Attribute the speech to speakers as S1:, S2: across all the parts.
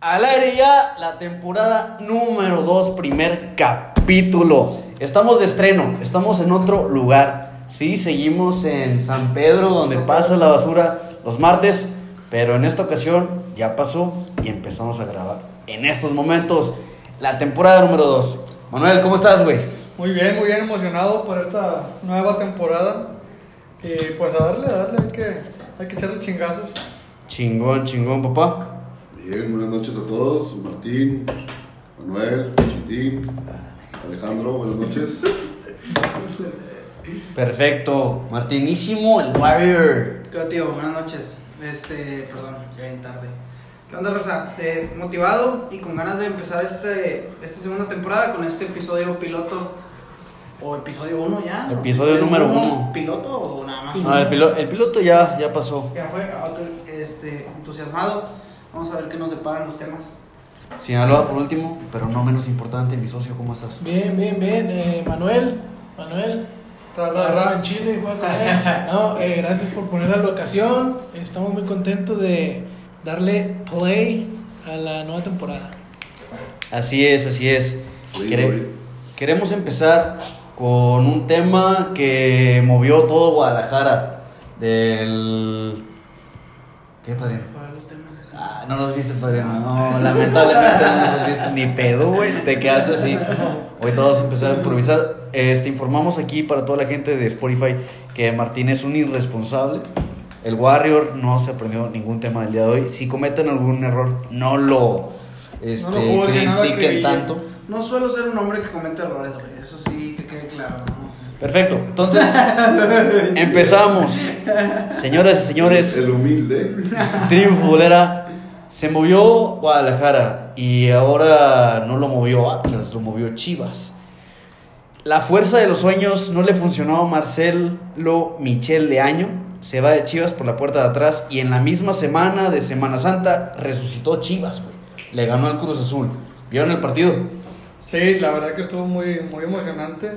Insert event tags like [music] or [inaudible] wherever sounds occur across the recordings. S1: Al aire ya la temporada número 2, primer capítulo. Estamos de estreno, estamos en otro lugar. Sí, seguimos en San Pedro, donde pasa la basura los martes, pero en esta ocasión ya pasó y empezamos a grabar. En estos momentos, la temporada número 2. Manuel, ¿cómo estás, güey?
S2: Muy bien, muy bien emocionado por esta nueva temporada. Y pues a darle, a darle, hay que, hay que echarle chingazos.
S1: Chingón, chingón, papá.
S3: Bien, buenas noches a todos. Martín, Manuel, Chitín, Alejandro, buenas noches.
S1: Perfecto, Martinísimo, el Warrior.
S4: ¿Qué onda, tío? Buenas noches. Este, perdón, ya bien tarde. ¿Qué onda, Rosa? Eh, motivado y con ganas de empezar este, esta segunda temporada con este episodio piloto. O episodio 1 ya.
S1: Episodio
S4: ¿Es
S1: número
S4: uno
S1: uno.
S4: ¿Piloto o nada más?
S1: No, Ah, el, pilo- el piloto ya, ya pasó.
S4: Ya fue, ah, ok. este, entusiasmado. Vamos a ver qué nos deparan los temas.
S1: Sinaloa por último, pero no menos importante, mi socio, ¿cómo estás?
S5: Bien, bien, bien. Eh, Manuel, Manuel, agarraba en Chile, igual con él.
S2: [laughs]
S5: No, eh, gracias por poner la locación. Estamos muy contentos de darle play a la nueva temporada.
S1: Así es, así es.
S3: Sí,
S1: Quere-
S3: güey.
S1: queremos empezar con un tema que movió todo Guadalajara. Del. ¿Qué, padrino?
S4: Para los temas.
S1: Ah, no los viste, padrino. No, lamentablemente no los viste. Ni pedo, güey. Te quedaste así. Hoy todos empezaron a improvisar. Este, informamos aquí para toda la gente de Spotify que Martín es un irresponsable. El Warrior no se aprendió ningún tema del día de hoy. Si cometen algún error, no lo, este,
S2: juzguen, no lo
S1: critiquen
S2: acribillen.
S1: tanto.
S4: No suelo ser un hombre que comete errores, güey. Eso sí, que quede claro. ¿no?
S1: Perfecto, entonces [laughs] empezamos. Señoras y señores,
S3: El humilde.
S1: Tribu Futbolera se movió Guadalajara y ahora no lo movió Atlas, lo movió Chivas. La fuerza de los sueños no le funcionó a Marcelo Michel de Año. Se va de Chivas por la puerta de atrás y en la misma semana de Semana Santa resucitó Chivas, güey. Le ganó al Cruz Azul. ¿Vieron el partido?
S2: Sí, la verdad que estuvo muy, muy emocionante.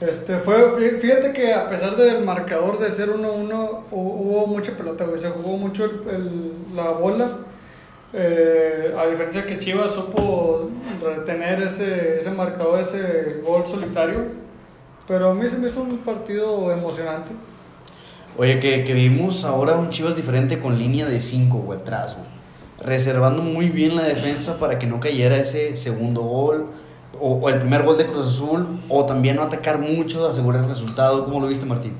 S2: Este, fue, fí- fíjate que a pesar del marcador de ser 1-1, hu- hubo mucha pelota, güey. Se jugó mucho el- el- la bola. Eh, a diferencia que Chivas supo retener ese, ese marcador, ese gol solitario. Pero a mí se me hizo un partido emocionante.
S1: Oye, que, que vimos ahora un Chivas diferente con línea de 5, güey, atrás, güey. Reservando muy bien la defensa para que no cayera ese segundo gol o, o el primer gol de Cruz Azul o también no atacar mucho, asegurar el resultado. ¿Cómo lo viste, Martín?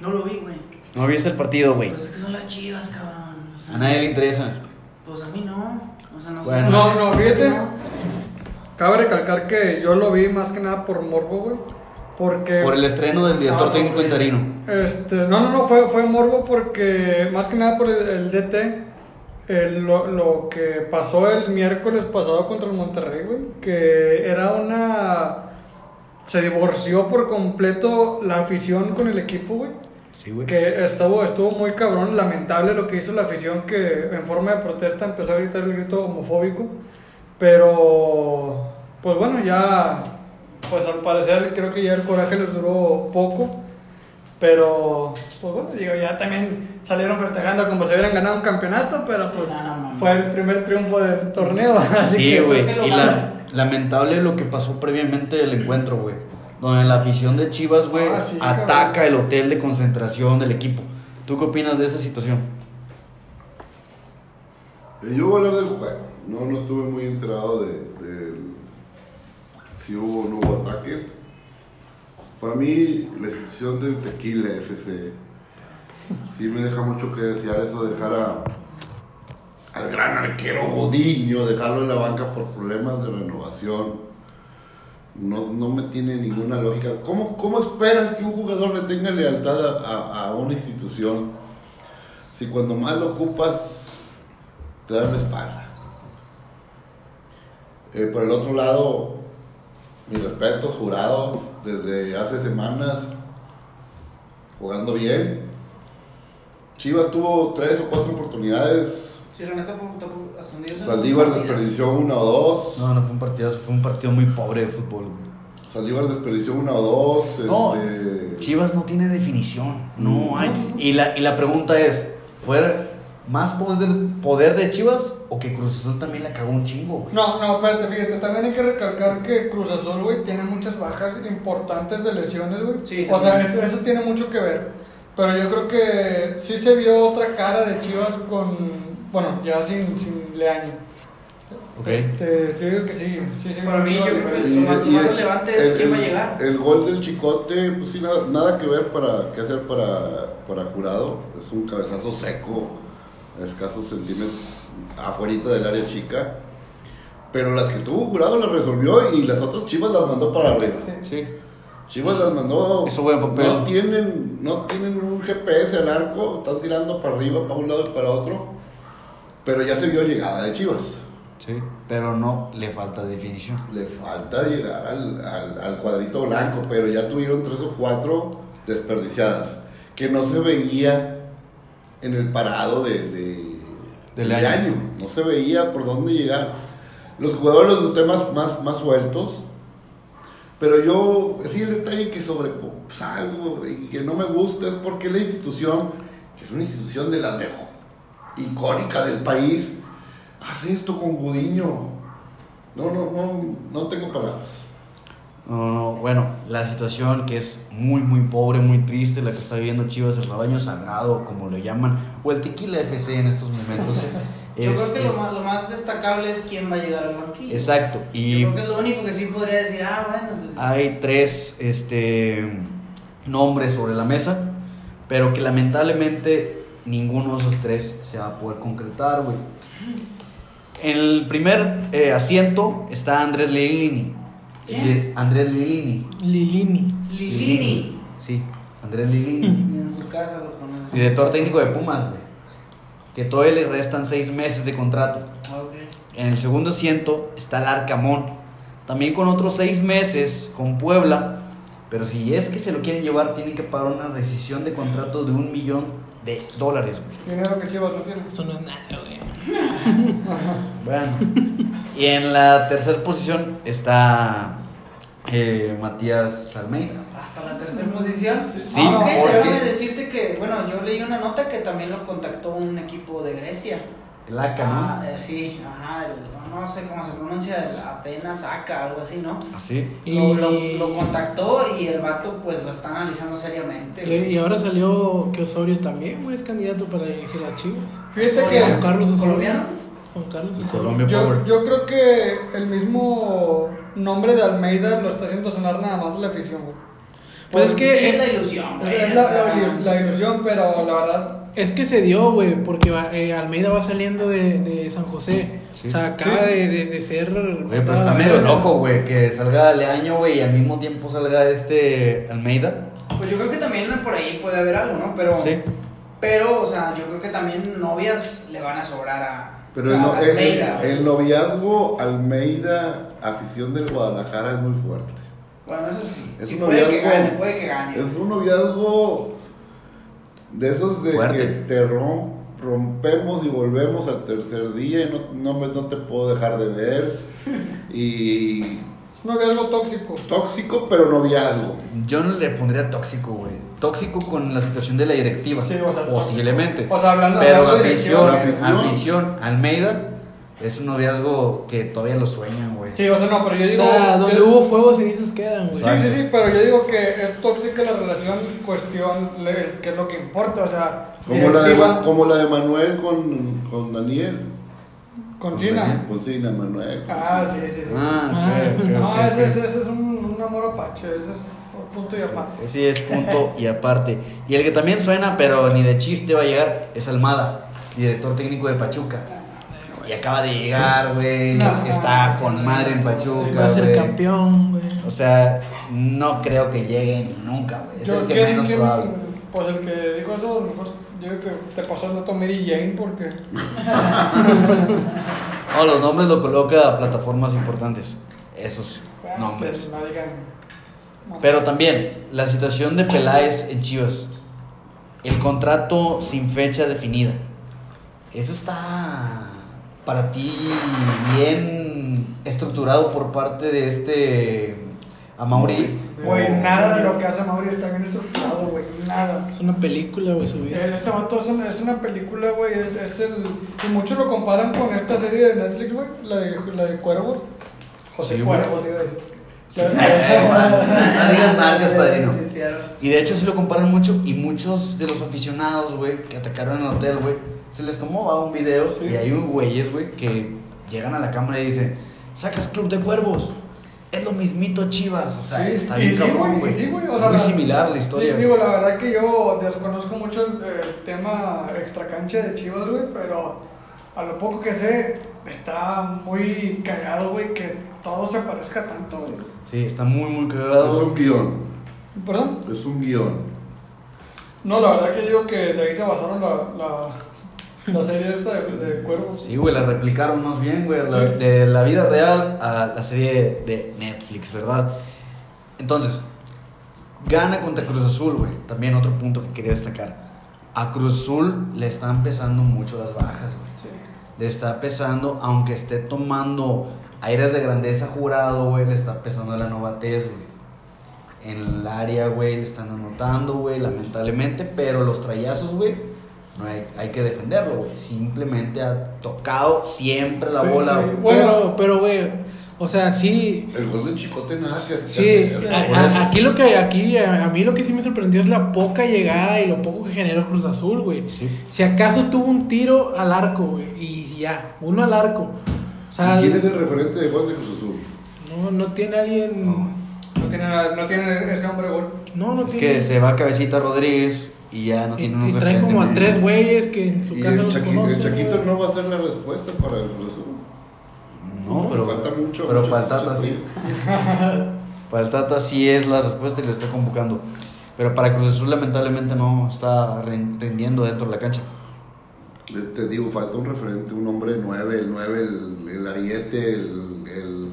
S4: No lo vi, güey.
S1: No viste el partido, güey.
S4: Pues es que son las chivas, cabrón. O sea,
S1: A nadie le interesa.
S4: Pues a mí no. O sea, no sé.
S1: Bueno.
S2: No, no, fíjate. Cabe recalcar que yo lo vi más que nada por morbo, güey. Porque...
S1: Por el estreno del director
S4: No,
S1: técnico
S4: güey.
S1: interino.
S2: Este, no, no, no, fue, fue morbo porque más que nada por el, el DT, el- lo, lo que pasó el miércoles pasado contra el Monterrey, güey, que era una... Se divorció por completo la afición con el equipo, güey.
S1: Sí, güey.
S2: Que estuvo, estuvo muy cabrón, lamentable lo que hizo la afición que en forma de protesta empezó a gritar el grito homofóbico. Pero, pues bueno, ya, pues al parecer creo que ya el coraje les duró poco. Pero, pues bueno, digo, ya también salieron festejando como si hubieran ganado un campeonato, pero pues
S4: No, no, mames.
S2: fue el primer triunfo del torneo. [laughs] así
S1: [laughs] Sí,
S2: que-
S1: güey.
S4: creo que lo
S1: Y
S4: gana.
S1: la- lamentable lo que pasó previamente del encuentro, güey. Donde la afición de Chivas, güey,
S2: Ah, sí,
S1: ataca el hotel de concentración del equipo. ¿Tú qué opinas de esa situación?
S3: Eh, Yo voy a hablar del juego. No, no estuve muy enterado de, del- si hubo o no hubo ataque. Para mí, la excepción del tequila FC sí me deja mucho que desear eso de dejar a, al gran arquero Godiño, dejarlo en la banca por problemas de renovación. No, no me tiene ninguna lógica. ¿Cómo, ¿Cómo esperas que un jugador le tenga lealtad a- a- a una institución si cuando más lo ocupas te dan la espalda. Eh, por el otro lado, mis respetos, jurado, desde hace semanas, jugando bien. Chivas tuvo tres o cuatro oportunidades.
S4: Sí, la neta, tampoco- tampoco- hasta donde yo sé,
S3: Saldívar
S4: no tiras.
S3: desperdició una o dos.
S1: No, no fue un partido, fue un partido muy pobre de fútbol, güey.
S3: Saldívar desperdició una o dos.
S1: No,
S3: este,
S1: Chivas no tiene definición, no hay. Y la, y la pregunta es, ¿fue más poder, poder de Chivas o que Cruz Azul también la cagó un chingo, güey.
S2: No, no, espérate, fíjate, también hay que recalcar que Cruz Azul, güey, tiene muchas bajas importantes de lesiones, güey.
S4: Sí,
S2: o sea,
S4: también.
S2: eso, eso tiene mucho que ver. Pero yo creo que sí se vio otra cara de Chivas con, bueno, ya sin, sin Leaño.
S1: Ok.
S2: Este, yo digo que sí, sí, sí.
S4: Para mí,
S2: Chivas
S4: yo creo
S2: diferente.
S4: que- Lo más- lo más relevante es quién va a
S3: el-
S4: llegar.
S3: El gol del Chicote, pues sí, nada, nada que ver para que hacer para, para Jurado. Es un cabezazo seco, a escasos centímetros, afuera del área chica. Pero las que tuvo Jurado las resolvió y las otras Chivas las mandó para arriba.
S1: Sí.
S3: Chivas las mandó.
S1: Hizo buen papel.
S3: No tienen, no tienen un GPS al arco, están tirando para arriba, para un lado y para otro. Pero ya se vio llegada de Chivas.
S1: Sí. Pero no le falta definición.
S3: Le falta llegar al, al- al cuadrito blanco, pero ya tuvieron tres o cuatro desperdiciadas que no se veía en el parado de, de-
S1: Del
S3: del
S1: año.
S3: año. No se veía por dónde llegar. Los jugadores los noté más, más, más sueltos, pero yo, sí, el detalle que sobresalgo y que no me gusta es porque la institución, que es una institución de la mejor, icónica del país, hace esto con Gudiño. No, no, no, no tengo palabras.
S1: No, no, bueno, la situación que es muy, muy pobre, muy triste, la que está viviendo Chivas, el rebaño sagrado, como lo llaman, o el tequila FC en estos momentos.
S4: [laughs] Yo creo que
S1: Este,
S4: lo más, lo más destacable es quién va a llegar al banquillo.
S1: Exacto, y
S4: Yo creo que es lo único que sí podría decir, ah, bueno, pues,
S1: hay tres este, nombres sobre la mesa, pero que lamentablemente ninguno de esos tres se va a poder concretar, güey. En el primer eh, asiento está Andrés Lilini.
S4: ¿Quién?
S1: Eh, Andrés Lilini.
S5: Lilini.
S4: Lilini.
S1: Sí, Andrés Lilini.
S4: Ni en su casa lo ponen.
S1: Director técnico de Pumas, güey. Que todavía le restan seis meses de contrato.
S4: Ah, ok.
S1: En el segundo asiento está el Arcamón. También con otros seis meses con Puebla. Pero si es que se lo quieren llevar, tienen que pagar una rescisión de contrato de un millón de dólares, güey.
S2: Dinero que Chivas no tiene.
S5: Eso no es nada, güey.
S1: Bueno. Y en la tercera posición está eh, Matías Almeida.
S4: Hasta la tercera posición.
S1: Sí,
S4: Aunque
S1: ¿por
S4: déjame
S1: qué?
S4: decirte que, bueno, yo leí una nota que también lo contactó un equipo de Grecia.
S1: El Aca,
S4: Ah,
S1: ¿no?
S4: eh, sí, ajá, el- no sé cómo se pronuncia, el apenas saca, algo así, ¿no?
S1: Así.
S4: Lo, lo- lo contactó y el vato pues lo está analizando seriamente.
S5: Este, Y, y ahora salió que Osorio también, güey, es candidato para dirigir las Chivas.
S2: Fíjate que.
S5: Juan Carlos Osorio.
S4: ¿Colombiano?
S5: Juan Carlos
S1: Y
S5: Osorio.
S1: Colombia
S2: Yo,
S1: Power.
S2: yo creo que el mismo nombre de Almeida lo está haciendo sonar nada más la afición, güey.
S5: Pues es que-
S4: Sí, es la ilusión, güey,
S2: Es
S4: o
S2: la,
S4: sea,
S2: la ilu- la ilusión, pero la verdad.
S5: Es que se dio, güey, porque va- eh, Almeida va saliendo de, de San José.
S1: Sí.
S5: O sea, acaba
S2: Sí, sí.
S5: de, de- de ser.
S1: Güey, pero está medio loco, güey, que salga Leaño, güey, y al mismo tiempo salga este Almeida.
S4: Pues yo creo que también por ahí puede haber algo, ¿no? Pero,
S1: Sí.
S4: pero o sea, yo creo que también novias le van a sobrar a,
S3: Pero
S4: a
S3: el, no- el-
S4: Almeida, o
S3: el-
S4: sea.
S3: el noviazgo Almeida, afición del Guadalajara, es muy fuerte.
S4: Bueno, eso sí.
S3: Es
S4: sí
S3: un
S4: puede que
S3: noviazgo-
S4: gane, puede que gane.
S3: Es un noviazgo de esos de
S1: Fuerte.
S3: que te rom- rompemos y volvemos al tercer día y no, no, me- no te puedo dejar de ver.
S2: [laughs]
S3: Y
S2: Es un noviazgo tóxico.
S3: tóxico, pero noviazgo.
S1: Yo no le pondría tóxico, güey. Tóxico con la situación de la directiva.
S2: Sí, o sea,
S1: posiblemente.
S2: o sea, hablando-
S1: Pero
S2: hablando de
S1: afición,
S3: directiva.
S1: afición, Almeida es un noviazgo que todavía lo sueñan, güey.
S2: Sí, o sea, no, pero yo
S5: O
S2: digo.
S5: sea, donde
S2: yo-
S5: hubo fuego, cenizas quedan, güey.
S2: Sí, sí, sí, pero yo digo que es tóxica la relación, cuestión, le- es que es lo que importa, o sea.
S3: Como la, de,
S2: directiva
S3: Ma- como la de Manuel con, con Daniel.
S2: Con China.
S3: Con Sina, Manuel. con
S2: Ah,
S3: Sina.
S2: sí, sí, sí.
S1: Ah, ok, ok,
S2: no,
S1: ok,
S2: ese,
S1: ok.
S2: ese- ese es un, un amor apache, ese es un punto y aparte.
S1: Sí, es punto y aparte. Y el que también suena, pero ni de chiste va a llegar, es Almada, director técnico de Pachuca. Y acaba de llegar, güey.
S2: No,
S1: Está
S2: sí,
S1: con madre en
S5: Va
S1: Pachuca.
S5: a ser
S1: güey.
S5: campeón, güey.
S1: O sea, no creo que lleguen nunca, güey. Es el que
S2: ¿quién-
S1: menos
S2: quién-
S1: probable.
S2: Pues el que dijo eso, a lo mejor yo digo que te pasó el dato Mary Jane porque.
S1: No, los nombres lo coloca a plataformas importantes. Esos nombres.
S2: Pues, no digan- no.
S1: Pero también, la situación de Peláez en Chivas. El contrato sin fecha definida. Eso está para ti bien estructurado por parte de este a Mauri.
S2: Güey, nada
S1: Oh.
S2: de lo que hace Mauri está bien estructurado, güey. Nada.
S5: Es una película, güey, su vida.
S2: Eh, Este vato es una, es una película, güey. Es, es el. Y muchos lo comparan con esta serie de Netflix, güey. La de, la de Cuervo. José
S1: Sí, güey.
S2: Cuervo, sí, güey.
S1: Sí. No digas
S2: [laughs]
S1: marcas, padrino.
S4: Cristiano.
S1: Y de hecho sí lo comparan mucho y muchos de los aficionados, güey, que atacaron el hotel, güey, se les tomó a un video
S2: Sí.
S1: y hay un güeyes, güey, que llegan a la cámara y dicen, sacas Club de Cuervos, es lo mismito Chivas, o sea,
S2: Sí,
S1: está
S2: y
S1: bien
S2: sí,
S1: cabrón,
S2: güey, y sí, güey, o sea,
S1: Muy
S2: la-
S1: similar la historia.
S2: Sí, digo, la verdad que yo desconozco mucho el, el tema extracancha de Chivas, güey, pero a lo poco que sé, está muy cagado, güey, que todo se parezca tanto, güey.
S1: Sí, está muy, muy
S2: Pues
S3: Es
S1: cagado.
S3: un guión.
S2: ¿Perdón?
S3: Es un guión.
S2: No, la verdad que digo que de ahí se basaron la, la, la serie esta de, de cuervos.
S1: Sí, güey, la replicaron más bien, güey, la-
S2: Sí.
S1: de la vida real a la serie de Netflix, ¿verdad? Entonces, gana contra Cruz Azul, güey. También otro punto que quería destacar. A Cruz Azul le están pesando mucho las bajas, güey.
S2: Sí.
S1: Le está pesando, aunque esté tomando aires de grandeza jurado, güey, le está pesando la novatez, güey. En el área, güey, le están anotando, güey, lamentablemente, pero los trayazos, güey, no hay, hay que defenderlo, güey. Simplemente ha tocado siempre la
S2: Sí,
S1: bola,
S2: sí.
S1: güey.
S5: Pero, pero, güey, o sea, sí,
S3: El gol de Chicote nada que hacer.
S5: Sí,
S3: Por
S5: a-
S3: eso.
S5: a- aquí lo que aquí a, a mí lo que sí me sorprendió es la poca llegada y lo poco que generó Cruz Azul, güey.
S1: Sí.
S5: Si acaso tuvo un tiro al arco, güey, y ya, uno al arco. O sea,
S3: ¿Y ¿Quién es el referente de gol de Cruz Azul?
S5: no no tiene alguien
S1: No.
S2: No tiene, no tiene ese hombre gol.
S5: No, no
S1: Es
S5: tiene.
S1: que se va Cabecita Rodríguez y ya no
S5: y,
S1: tiene un
S5: y traen como a
S1: referente.
S5: tres güeyes que en su
S3: Y
S5: casa
S3: el,
S5: los
S3: Chaqui-
S5: conocen.
S3: el Chaquito
S5: güey.
S3: no va a ser la respuesta para el Cruz Azul.
S1: No, pero
S3: falta mucho.
S1: Pero
S3: mucho,
S1: para el
S3: mucho
S1: Tata sí.
S3: todavía.
S1: Para el Tata sí es la respuesta y lo está convocando. Pero para Cruz Azul lamentablemente no está rin- rindiendo dentro de la cancha.
S3: Le- Te digo, falta un referente, un hombre nueve, el nueve, el, el ariete, el,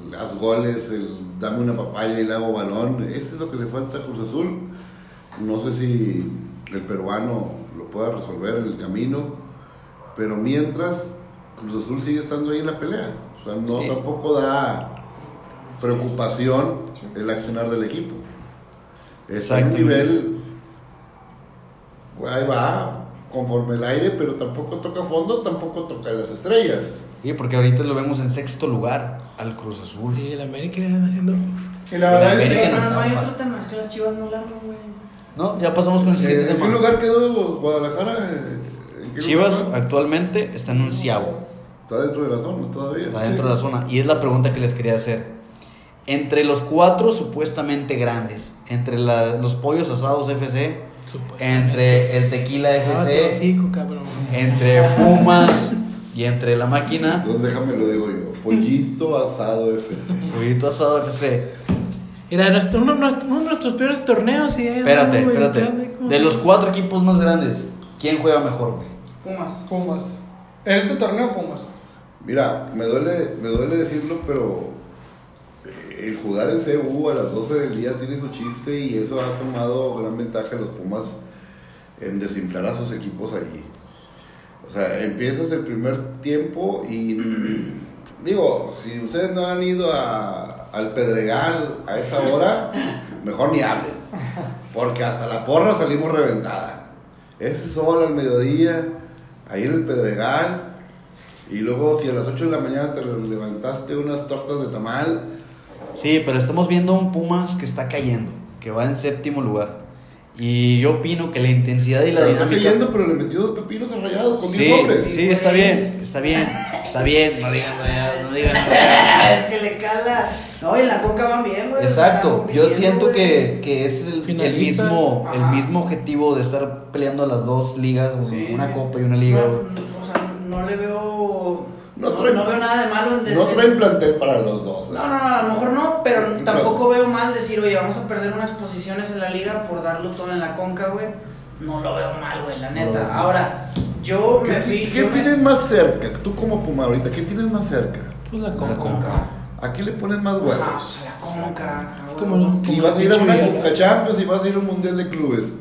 S3: el haz goles, el dame una papaya y le hago balón. Eso es lo que le falta a Cruz Azul. No sé si el peruano lo pueda resolver en el camino, pero mientras Cruz Azul sigue estando ahí en la pelea. O sea, no
S1: Sí.
S3: tampoco da preocupación el accionar del equipo. Es a un
S1: Exactamente.
S3: nivel Güey, Ahí va, conforme el aire, pero tampoco toca fondo, tampoco toca las estrellas.
S1: Sí, porque ahorita lo vemos en sexto lugar al Cruz Azul.
S5: Y el América le van haciendo
S2: Y la
S1: La
S2: verdad
S1: América
S2: que
S1: no
S4: Pero
S1: está,
S4: no hay
S1: pa.
S4: otro tema, es que las chivas no ganan, güey.
S1: ¿No? Ya pasamos con el siguiente
S3: Eh, ¿En qué
S1: tema.
S3: lugar quedó Guadalajara? Eh, ¿En qué
S1: Chivas
S3: lugar?
S1: actualmente está en un ciavo.
S3: Está dentro de la zona todavía.
S1: Está dentro de la zona. Y es la pregunta que les quería hacer. Entre los cuatro supuestamente grandes, entre la- los pollos asados FC, entre el tequila
S5: Lávate el
S1: FC,
S5: hocico, Ah, cabrón.
S1: entre Pumas y entre la máquina,
S3: Entonces déjame lo digo yo. Pollito asado
S1: [laughs]
S3: FC.
S1: pollito asado FC.
S5: Era nuestro- uno, uno- uno de nuestros peores torneos y ahí
S1: Espérate,
S5: andamos, güey,
S1: espérate.
S5: entrando,
S1: De los cuatro equipos más grandes, ¿quién juega mejor, güey?
S4: Pumas.
S2: Pumas. En este torneo, Pumas.
S3: Mira, me duele, me duele decirlo, pero eh, el jugar en CU a las 12 del día tiene su chiste y eso ha tomado gran ventaja en los Pumas en desinflar a sus equipos allí. O sea, empiezas el primer tiempo y [clears throat] digo, si ustedes no han ido a- al Pedregal a esa hora, mejor ni hablen, porque hasta la porra salimos reventada. Ese sol al mediodía, ahí en el Pedregal, y luego si a las 8 de la mañana te levantaste unas tortas de tamal,
S1: Sí, pero estamos viendo un Pumas que está cayendo, que va en séptimo lugar. Y yo opino que la intensidad y la
S3: Pero está
S1: dinámica.
S3: cayendo, pero le metió dos pepinos rayados con 10
S1: Sí,
S3: hombres.
S1: sí, está bien, está bien, está bien. No digan nada, no digan nada.
S4: es que le cala. No, y en la coca van bien,
S1: [laughs]
S4: güey.
S1: Exacto,
S4: Están
S1: yo
S4: compitiendo,
S1: siento
S4: Pues, güey.
S1: que, que es el, el
S5: Finalistas.
S1: mismo, el
S4: Ajá.
S1: mismo objetivo de estar peleando las dos ligas,
S4: Sí,
S1: una
S4: sí.
S1: copa y una liga.
S4: No,
S1: güey.
S4: o sea, no le veo.
S3: No
S4: No,
S3: traen-
S4: no veo nada de malo en. de-
S3: No
S4: de-
S3: traen plantel para los dos.
S4: No, no, no, a lo mejor no, pero tampoco veo mal decir, oye, vamos a perder unas posiciones en la liga por darlo todo en la conca, güey. No lo veo mal, güey, la
S1: No lo
S4: neta.
S1: ves mal.
S4: Ahora, yo
S3: ¿Qué,
S4: me
S3: ti-
S4: fui.
S3: qué
S4: yo me-
S3: tienes más cerca? Tú como Puma ahorita, ¿qué tienes más cerca?
S5: Pues la
S1: La
S5: coca.
S1: Conca.
S3: ¿A qué le pones más
S4: Ah, o
S3: huevos?
S4: sea, la conca.
S5: Es
S4: güey.
S5: como lo-
S3: Y
S5: como
S3: vas a ir a
S5: pinche
S3: una
S5: Villarreal.
S3: Conca Champions y vas a ir a un Mundial de Clubes.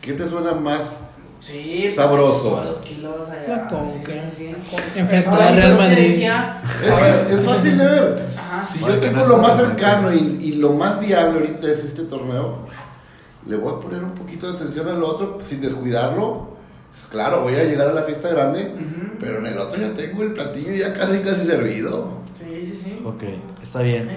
S3: ¿Qué te suena más?
S4: [laughs] Sí,
S3: Sabroso.
S4: todos los kilos allá,
S5: La conca.
S4: sí, sí.
S5: Enfrentó
S4: Ahora,
S5: al
S4: yo
S5: Real
S4: lo que
S5: Madrid.
S4: decía-
S3: Es, es fácil de ver.
S4: Ajá.
S3: Si
S1: Para
S3: yo
S1: que
S3: tengo
S1: no
S3: lo
S1: se
S3: más
S1: repita.
S3: cercano y, y lo más viable ahorita es este torneo, le voy a poner un poquito de atención al otro sin descuidarlo. Pues, Claro, voy a llegar a la fiesta grande,
S4: Ujú.
S3: pero en el otro ya tengo el platillo ya casi casi servido.
S4: Sí, sí, sí.
S1: Ok, está bien.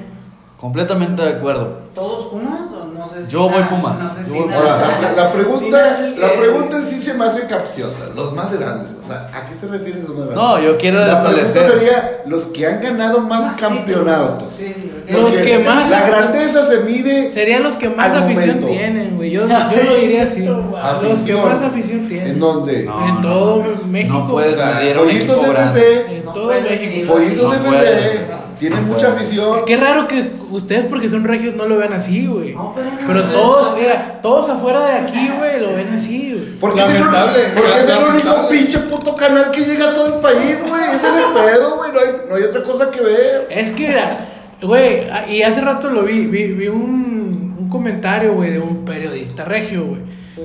S1: Completamente de acuerdo.
S4: ¿Todos Pumas o no sé si
S1: Yo voy
S4: na-
S1: Pumas.
S4: No sé
S1: Yo
S4: si
S1: voy
S4: na-
S3: Ahora, la, la
S4: si
S3: pregunta,
S4: na-
S3: la pregunta sí se me hace capciosa, los más grandes. O sea, ¿a qué te refieres los más grandes?
S1: No, yo quiero
S3: la pregunta
S1: establecer-
S3: sería los que han ganado más, campeonatos.
S4: Sí, sí. ok.
S5: Los
S3: Porque
S5: que más-
S3: La grandeza se mide
S5: Serían los que más
S3: Al
S5: afición
S3: momento.
S5: tienen, güey.
S3: [laughs]
S5: Yo, yo lo diría así. Los que
S3: Afición.
S5: más afición
S3: en
S5: tienen.
S3: donde.
S1: No,
S5: En
S1: no
S5: todo
S1: mames.
S5: México.
S1: No
S3: O
S1: puedes
S3: sea,
S1: medir un
S3: Pollitos
S1: equipo grande.
S3: FC,
S5: En
S4: No
S5: todo
S4: puedes
S5: México.
S4: definirlo.
S3: Pollitos
S1: No
S3: FC,
S1: puede.
S3: tiene
S1: No
S3: mucha
S1: puede.
S3: afición.
S5: Qué raro que ustedes, porque son regios, no lo vean así, güey.
S4: No, pero no.
S5: Pero todos, mira, todos afuera de aquí, güey, lo ven así, güey.
S3: Porque es el,
S2: Lamentable.
S3: porque es el único
S2: Lamentable.
S3: pinche puto canal que llega a todo el país, güey. Ese es el pedo, güey. No hay, no hay otra cosa que ver.
S5: Es que, mira, güey, a- y hace rato lo vi, vi, vi un, un comentario, güey, de un periodista regio, güey.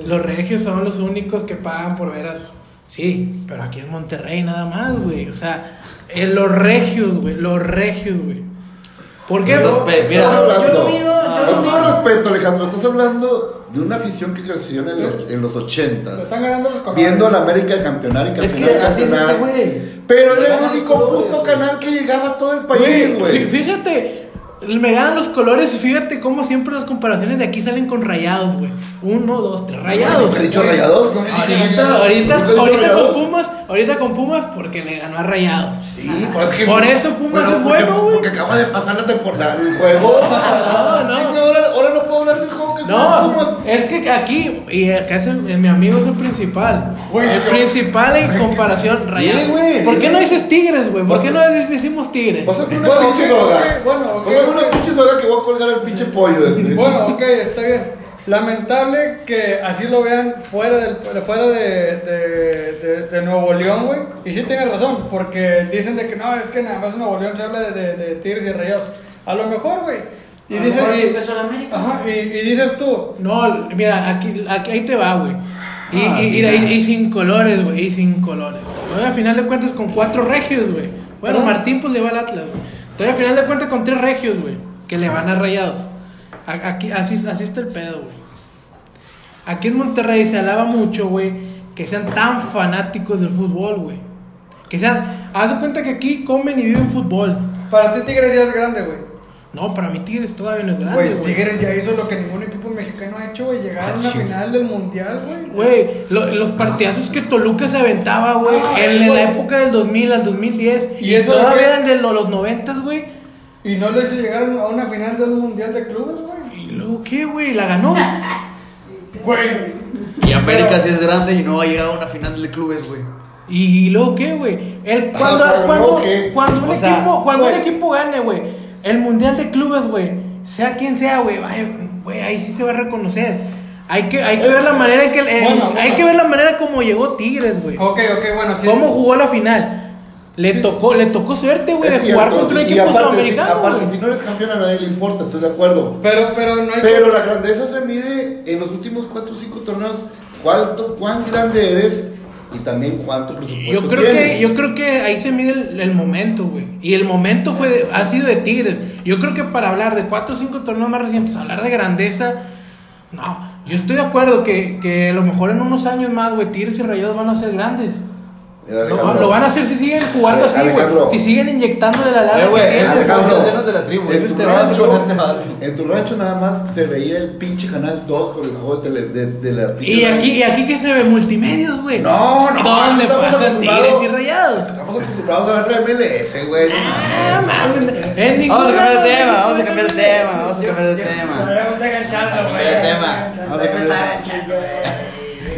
S5: Los regios son los únicos que pagan por ver a sus- Sí, pero aquí en Monterrey nada más, güey. O sea, eh, los regios, güey, los regios, güey. ¿Por qué?
S1: Los
S5: güey?
S1: pe- mira.
S3: Estás hablando-
S4: Yo lo mido, yo lo
S3: Con todo
S4: mido.
S3: respeto, Alejandro, estás hablando de una afición que creció en, el- en los
S2: Te
S3: 80s.
S2: están ganando los canales.
S3: Viendo a la América campeonar y campeonar.
S1: Es que así es
S3: campeonar.
S1: este güey.
S3: Pero era el
S2: Llegaban
S3: único
S2: los colores,
S3: puto
S2: güey.
S3: canal que llegaba a todo el
S5: Güey,
S3: país,
S5: sí,
S3: güey.
S5: fíjate, me ganan los colores y fíjate cómo siempre las comparaciones de aquí salen con rayados, güey. Uno, dos, tres, rayados.
S3: Nunca he dicho rayados.
S2: Son-
S5: Ahorita, ahorita,
S3: Nunca he dicho
S5: ahorita
S3: rayados.
S5: con Pumas, ahorita con Pumas porque le ganó a Rayados.
S3: Sí, pero es que-
S5: Por eso Pumas
S3: Pero
S5: es
S3: porque-
S5: bueno, güey.
S3: Porque acaba de pasar la temporada del juego.
S5: No, no.
S3: Chinga, ahora, ahora no puedo hablar del juego que fue Ah, Pumas.
S5: No, es que aquí, y acá es el- mi amigo es el principal.
S2: Güey,
S5: el
S2: yo-
S5: principal en comparación, Rayados.
S3: Dile, güey,
S5: ¿Por qué
S3: dile.
S5: no dices Tigres, güey? ¿Por
S3: Vas-
S5: qué no dices- decimos Tigres?
S3: Pásame una
S2: Bueno,
S3: pinche
S2: ok,
S3: soga.
S2: ok, bueno, ok,
S3: Pásame una
S2: ok.
S3: pinche soga que voy a colgar al pinche pollo este.
S2: Bueno, ok, está bien. Lamentable que así lo vean fuera, del, fuera de, de- de- de Nuevo León, güey. Y sí tienes razón, porque dicen de que no, es que nada más en Nuevo León se habla de, de- de tigres y rayados. A lo mejor, güey. Y
S4: A lo mejor así
S2: dicen,
S4: empezó la América.
S2: Ajá, y, y dices tú,
S5: No, mira, aquí, aquí- ahí te va, güey. Y,
S1: Ah,
S5: y-
S1: sí,
S5: mira, y-
S1: ya.
S5: y sin colores, güey, y sin colores. Todavía al final de cuentas con cuatro regios, güey. Bueno,
S2: ¿Ah?
S5: Martín pues le va al Atlas, güey. Todavía al final de cuentas con tres regios, güey, que le van a rayados. A- Aquí, así, así está el pedo, güey. Aquí en Monterrey se alaba mucho, güey, que sean tan fanáticos del fútbol, güey. Que sean, haz de cuenta que aquí comen y viven fútbol.
S2: para ti Tigres ya es grande, güey.
S5: No, para mí Tigres todavía no es grande,
S2: Güey,
S5: güey.
S2: Tigres ya hizo lo que ningún equipo mexicano ha hecho, güey. Llegar a una
S1: Achín.
S2: final del mundial, güey.
S5: Güey, lo- los partidazos que Toluca se aventaba, güey,
S2: Ah,
S5: en, en la
S2: güey.
S5: época del 2000 al 2010.
S2: ¿Y
S5: Y,
S2: eso de
S5: todavía
S2: qué?
S5: eran de lo- los 90, güey.
S2: Y no le hizo llegar a una final del mundial de clubes, güey.
S5: ¿Y luego qué, güey?
S3: [laughs]
S5: La ganó.
S2: Güey,
S1: Y América sí es grande y no ha llegado a una final de clubes, güey.
S5: ¿Y luego qué, güey? El-
S3: Ah,
S5: Cuando,
S3: o sea,
S5: cuando-
S3: ¿luego qué?
S5: cuando un,
S1: O sea,
S5: equipo, cuando un
S2: güey.
S5: equipo gane, güey, el mundial de clubes, güey, sea quien sea, güey, vaya, güey, ahí sí se va a reconocer. Hay que, hay que ver la manera en que. en-
S2: Bueno, bueno.
S5: Hay que ver la manera como llegó Tigres, güey.
S3: Oh,
S2: Ok, ok, bueno, sí.
S5: ¿Cómo jugó la final? Le tocó, le tocó suerte, güey, de
S3: Es
S5: jugar
S3: cierto,
S5: contra un
S3: sí,
S5: equipo
S3: aparte,
S5: sudamericano.
S3: Si, aparte,
S5: güey.
S3: si no eres campeón a nadie le importa, estoy de acuerdo.
S2: Pero, pero no hay
S3: Pero la grandeza se mide en los últimos 4 o 5 torneos. ¿Cuánto, ¿Cuán grande eres? Y también cuánto
S1: Pues
S3: presupuesto
S5: Yo creo,
S3: tienes.
S5: que, yo creo que ahí se mide el, el momento, güey. Y el momento fue de- ha sido de Tigres. Yo creo que para hablar de cuatro o cinco torneos más recientes, hablar de grandeza, no. Yo estoy de acuerdo que, que a lo mejor en unos años más, güey, Tigres y Rayados van a ser grandes.
S3: Mira,
S5: Lo,
S3: Alejandro.
S5: lo van a hacer si siguen jugando
S3: Ale-
S5: así, güey.
S3: Alejandro.
S5: Si siguen inyectándole la lana.
S1: Eh, güey,
S5: que tienen.
S1: Ale-
S3: Alejandro,
S1: Los llenos de la tribu,
S3: en,
S1: es
S3: tu
S1: este vato
S3: rancho,
S1: con este vato.
S3: en tu rancho nada más se veía el pinche canal 2 con el juego de, tele- de, de las pinches-
S5: y aquí, y aquí que se ve multimedios, güey.
S3: No, no,
S5: ¿Dónde
S3: estamos
S5: pasan
S3: acostumbrados.
S5: Tigres y Rayados?
S3: Estamos acostumbrados a ver la MLS, güey. no
S5: Ah,
S3: mames.
S5: mames, en ninguna-
S1: Vamos a cambiar de tema, vamos a cambiar de tema, vamos a cambiar de
S4: Yo- yo-
S1: tema.
S2: Pero me está enganchando,
S1: Cambiar de tema. Vamos a cambiar de tema.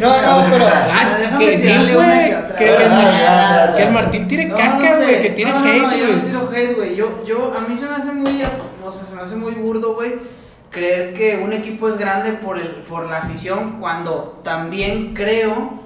S2: No, no, pero.
S5: Ah,
S4: Déjame
S5: que sí,
S4: tirarle una
S5: güey,
S4: que otra.
S5: que- que el-
S3: Ah, ya, ya,
S5: Que el
S3: ya.
S5: Martín tiene
S4: No,
S5: caca,
S4: no
S5: güey,
S4: sé.
S5: que tiene
S4: No, no,
S5: hate,
S4: no, yo no
S5: güey.
S4: tiro hate, güey. Yo, yo, a mí se me hace muy, o sea, se me hace muy burdo, güey, creer que un equipo es grande por, el, por la afición cuando también creo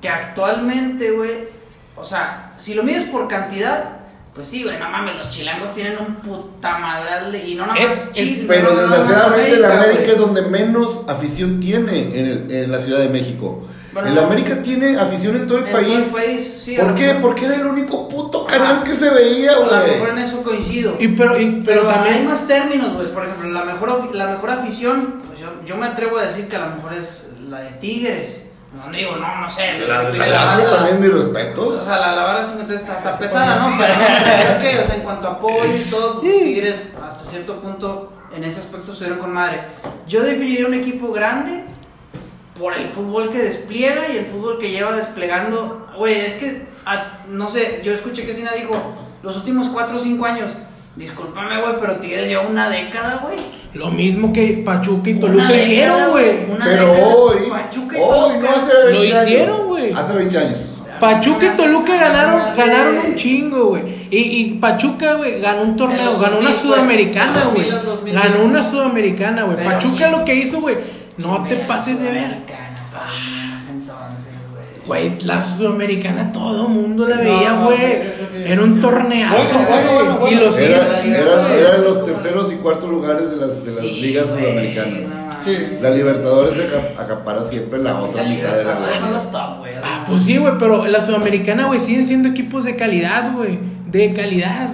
S4: que actualmente, güey, o sea, si lo mides por cantidad, pues sí, güey, no mames, los chilangos tienen un puta madral y no nada
S5: Es-
S4: más chi-
S5: es-
S3: Pero
S4: no nada más
S3: desgraciadamente el América
S4: güey.
S3: es donde menos afición tiene en, el- en la Ciudad de México.
S4: Bueno,
S3: el América tiene afición en todo el
S4: en
S3: país.
S4: todo el país, sí, a
S3: ¿Por
S4: lo
S3: qué?
S4: mejor.
S3: Porque era el único puto canal que se veía,
S4: A lo mejor
S3: güey.
S4: en eso coincido.
S5: Y pero, y-
S4: pero,
S5: pero
S4: hay
S5: también.
S4: más términos, güey. Por ejemplo, la mejor, afi- la mejor afición, pues yo, yo me atrevo a decir que a lo mejor es la de Tigres. No digo, no, no sé.
S3: La,
S4: güey,
S3: la,
S4: la
S3: Atlas
S4: banda-
S3: también, mis
S4: O
S3: respetos.
S4: sea, la, la barra 50 está, está pesada,
S3: [laughs]
S4: ¿no? Pero creo que, o sea, en cuanto a apoyo y todo, pues, Tigres hasta cierto punto en ese aspecto estuvieron con madre. Yo definiría un equipo grande por el fútbol que despliega y el fútbol que lleva desplegando. Güey, es que, a- no sé, yo escuché que Sina dijo, los últimos 4 o 5 años, discúlpame, güey, pero Tigres lleva una década, güey.
S5: Lo mismo que Pachuca y
S4: Una
S5: Toluca
S4: década,
S5: hicieron, güey.
S4: Una
S3: Pero
S4: década,
S3: hoy,
S4: Pachuca y
S3: hoy,
S4: Toluca.
S3: no hace 20
S5: Lo
S3: años.
S5: hicieron, güey.
S3: Hace 20 años.
S5: Pachuca y
S4: Hace-
S5: Toluca
S4: hace-
S5: ganaron,
S3: hace-
S5: ganaron un chingo, güey. Y, y Pachuca, güey, ganó un
S4: En
S5: torneo,
S4: los
S5: ganó
S4: 2000,
S5: una
S4: pues,
S5: sudamericana, güey.
S4: 2000, 2010.
S5: Ganó una sudamericana, güey.
S4: Pero
S5: Pachuca
S4: aquí-
S5: lo que hizo, güey, no te pases de ver. Ah.
S4: pues, Entonces, güey.
S5: Güey, la sudamericana todo el mundo la veía,
S2: no,
S5: güey.
S2: eso sí.
S5: Era un torneazo.
S2: Bueno, bueno,
S5: güey.
S2: bueno, bueno.
S5: Y los
S3: Era,
S5: niños-
S3: eran, eran los terceros y cuartos lugares de las, de las
S5: Sí,
S3: ligas
S5: güey,
S3: sudamericanas.
S4: No mames.
S2: Sí.
S3: La Libertadores se acap- acapara siempre la otra mitad de la
S4: Libertadores son
S3: gloria.
S4: los top, güey.
S5: Ah, pues sí, güey, pero la sudamericana, güey, siguen siendo equipos de calidad, güey. De calidad.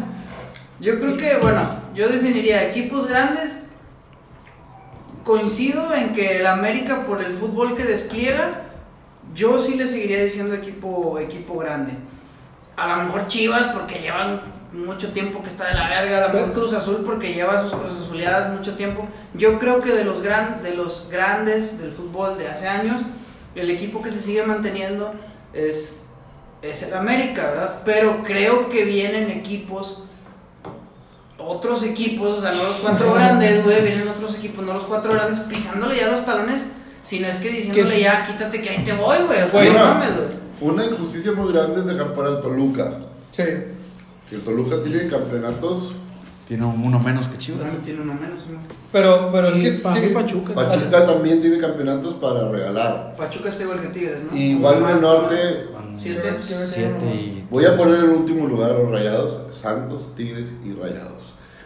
S4: Yo creo que, bueno, yo definiría equipos grandes. Coincido en que el América, por el fútbol que despliega, yo sí le seguiría diciendo equipo, equipo grande. A lo mejor Chivas, porque llevan mucho tiempo que está de la verga. A lo mejor Cruz Azul, porque lleva sus Cruz Azuleadas mucho tiempo. Yo creo que de los, gran, de los grandes del fútbol de hace años, el equipo que se sigue manteniendo es, es el América, ¿verdad? Pero creo que vienen equipos otros equipos, o sea, no los cuatro grandes, güey, vienen otros equipos, no los cuatro grandes, pisándole ya los talones, sino es que diciéndole
S5: Que-
S4: ya, quítate que ahí te voy, güey, o sea,
S2: Güey,
S4: no
S3: no.
S4: mames, güey.
S3: Una injusticia muy grande es dejar fuera al Toluca.
S2: Sí.
S3: Que el Toluca tiene campeonatos.
S1: Tiene uno menos que Chivas.
S4: tiene uno menos, ¿no?
S2: Pero, pero es
S5: Y
S2: que.
S5: pa-
S2: sí.
S5: Pachuca.
S3: Pachuca también tiene campeonatos para regalar.
S4: Pachuca está igual que Tigres, ¿no?
S3: Y igual en el norte,
S4: Siete.
S1: Siete y...
S3: voy a poner en último lugar a los Rayados, Santos, Tigres y Rayados.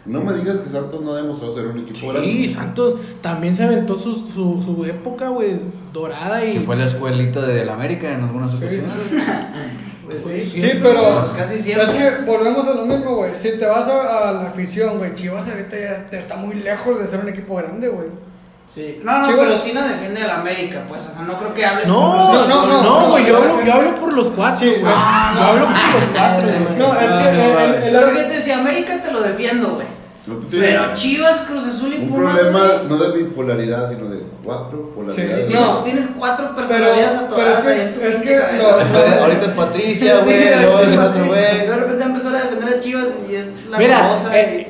S3: No me digas que Santos no ha demostrado ser un equipo
S5: Sí,
S3: grande.
S5: Santos también se aventó su, su, su época, güey, dorada y...
S1: Que fue la escuelita del América en algunas [laughs] ocasiones.
S4: Pues
S5: Pues
S4: sí.
S5: sí.
S2: Sí, pero
S4: Casi siempre.
S2: es que volvemos a lo mismo, güey. Si te vas a, a la afición, güey, Chivas ahorita ya está muy lejos de ser un equipo grande, güey.
S4: Sí. No, no,
S2: Chivas-
S4: pero sí no defiende al América, pues, o sea, no creo que hables como Cruz
S5: No, no,
S4: Azul,
S5: no,
S2: no,
S5: güey, yo,
S2: no,
S5: hablo, yo hablo por los cuatro,
S2: Sí,
S5: güey.
S2: no,
S5: yo hablo por los cuatro, güey.
S2: No, es que el- el- el-
S4: Pero fíjate, si América te lo defiendo, güey.
S3: Los que tienen
S4: Pero Chivas, Cruz Azul y
S3: un
S4: Pumas.
S3: problema
S4: güey.
S3: no de bipolaridad, sino de cuatro
S2: Sí,
S3: polaridades.
S2: sí,
S4: Tienes,
S2: No.
S4: tienes cuatro
S2: pero,
S4: personalidades
S2: pero es
S4: atoradas ahí en tu
S2: que, es
S4: pinche
S2: que
S4: cabeza,
S2: lo-
S4: güey.
S2: lo-
S1: Ahorita es Patricia,
S4: Sí,
S1: güey.
S4: sí,
S1: luego
S4: sí,
S1: el otro,
S4: sí.
S1: güey.
S4: De repente empezar a defender a Chivas y es la
S5: Mira,
S4: cosa.
S5: eh,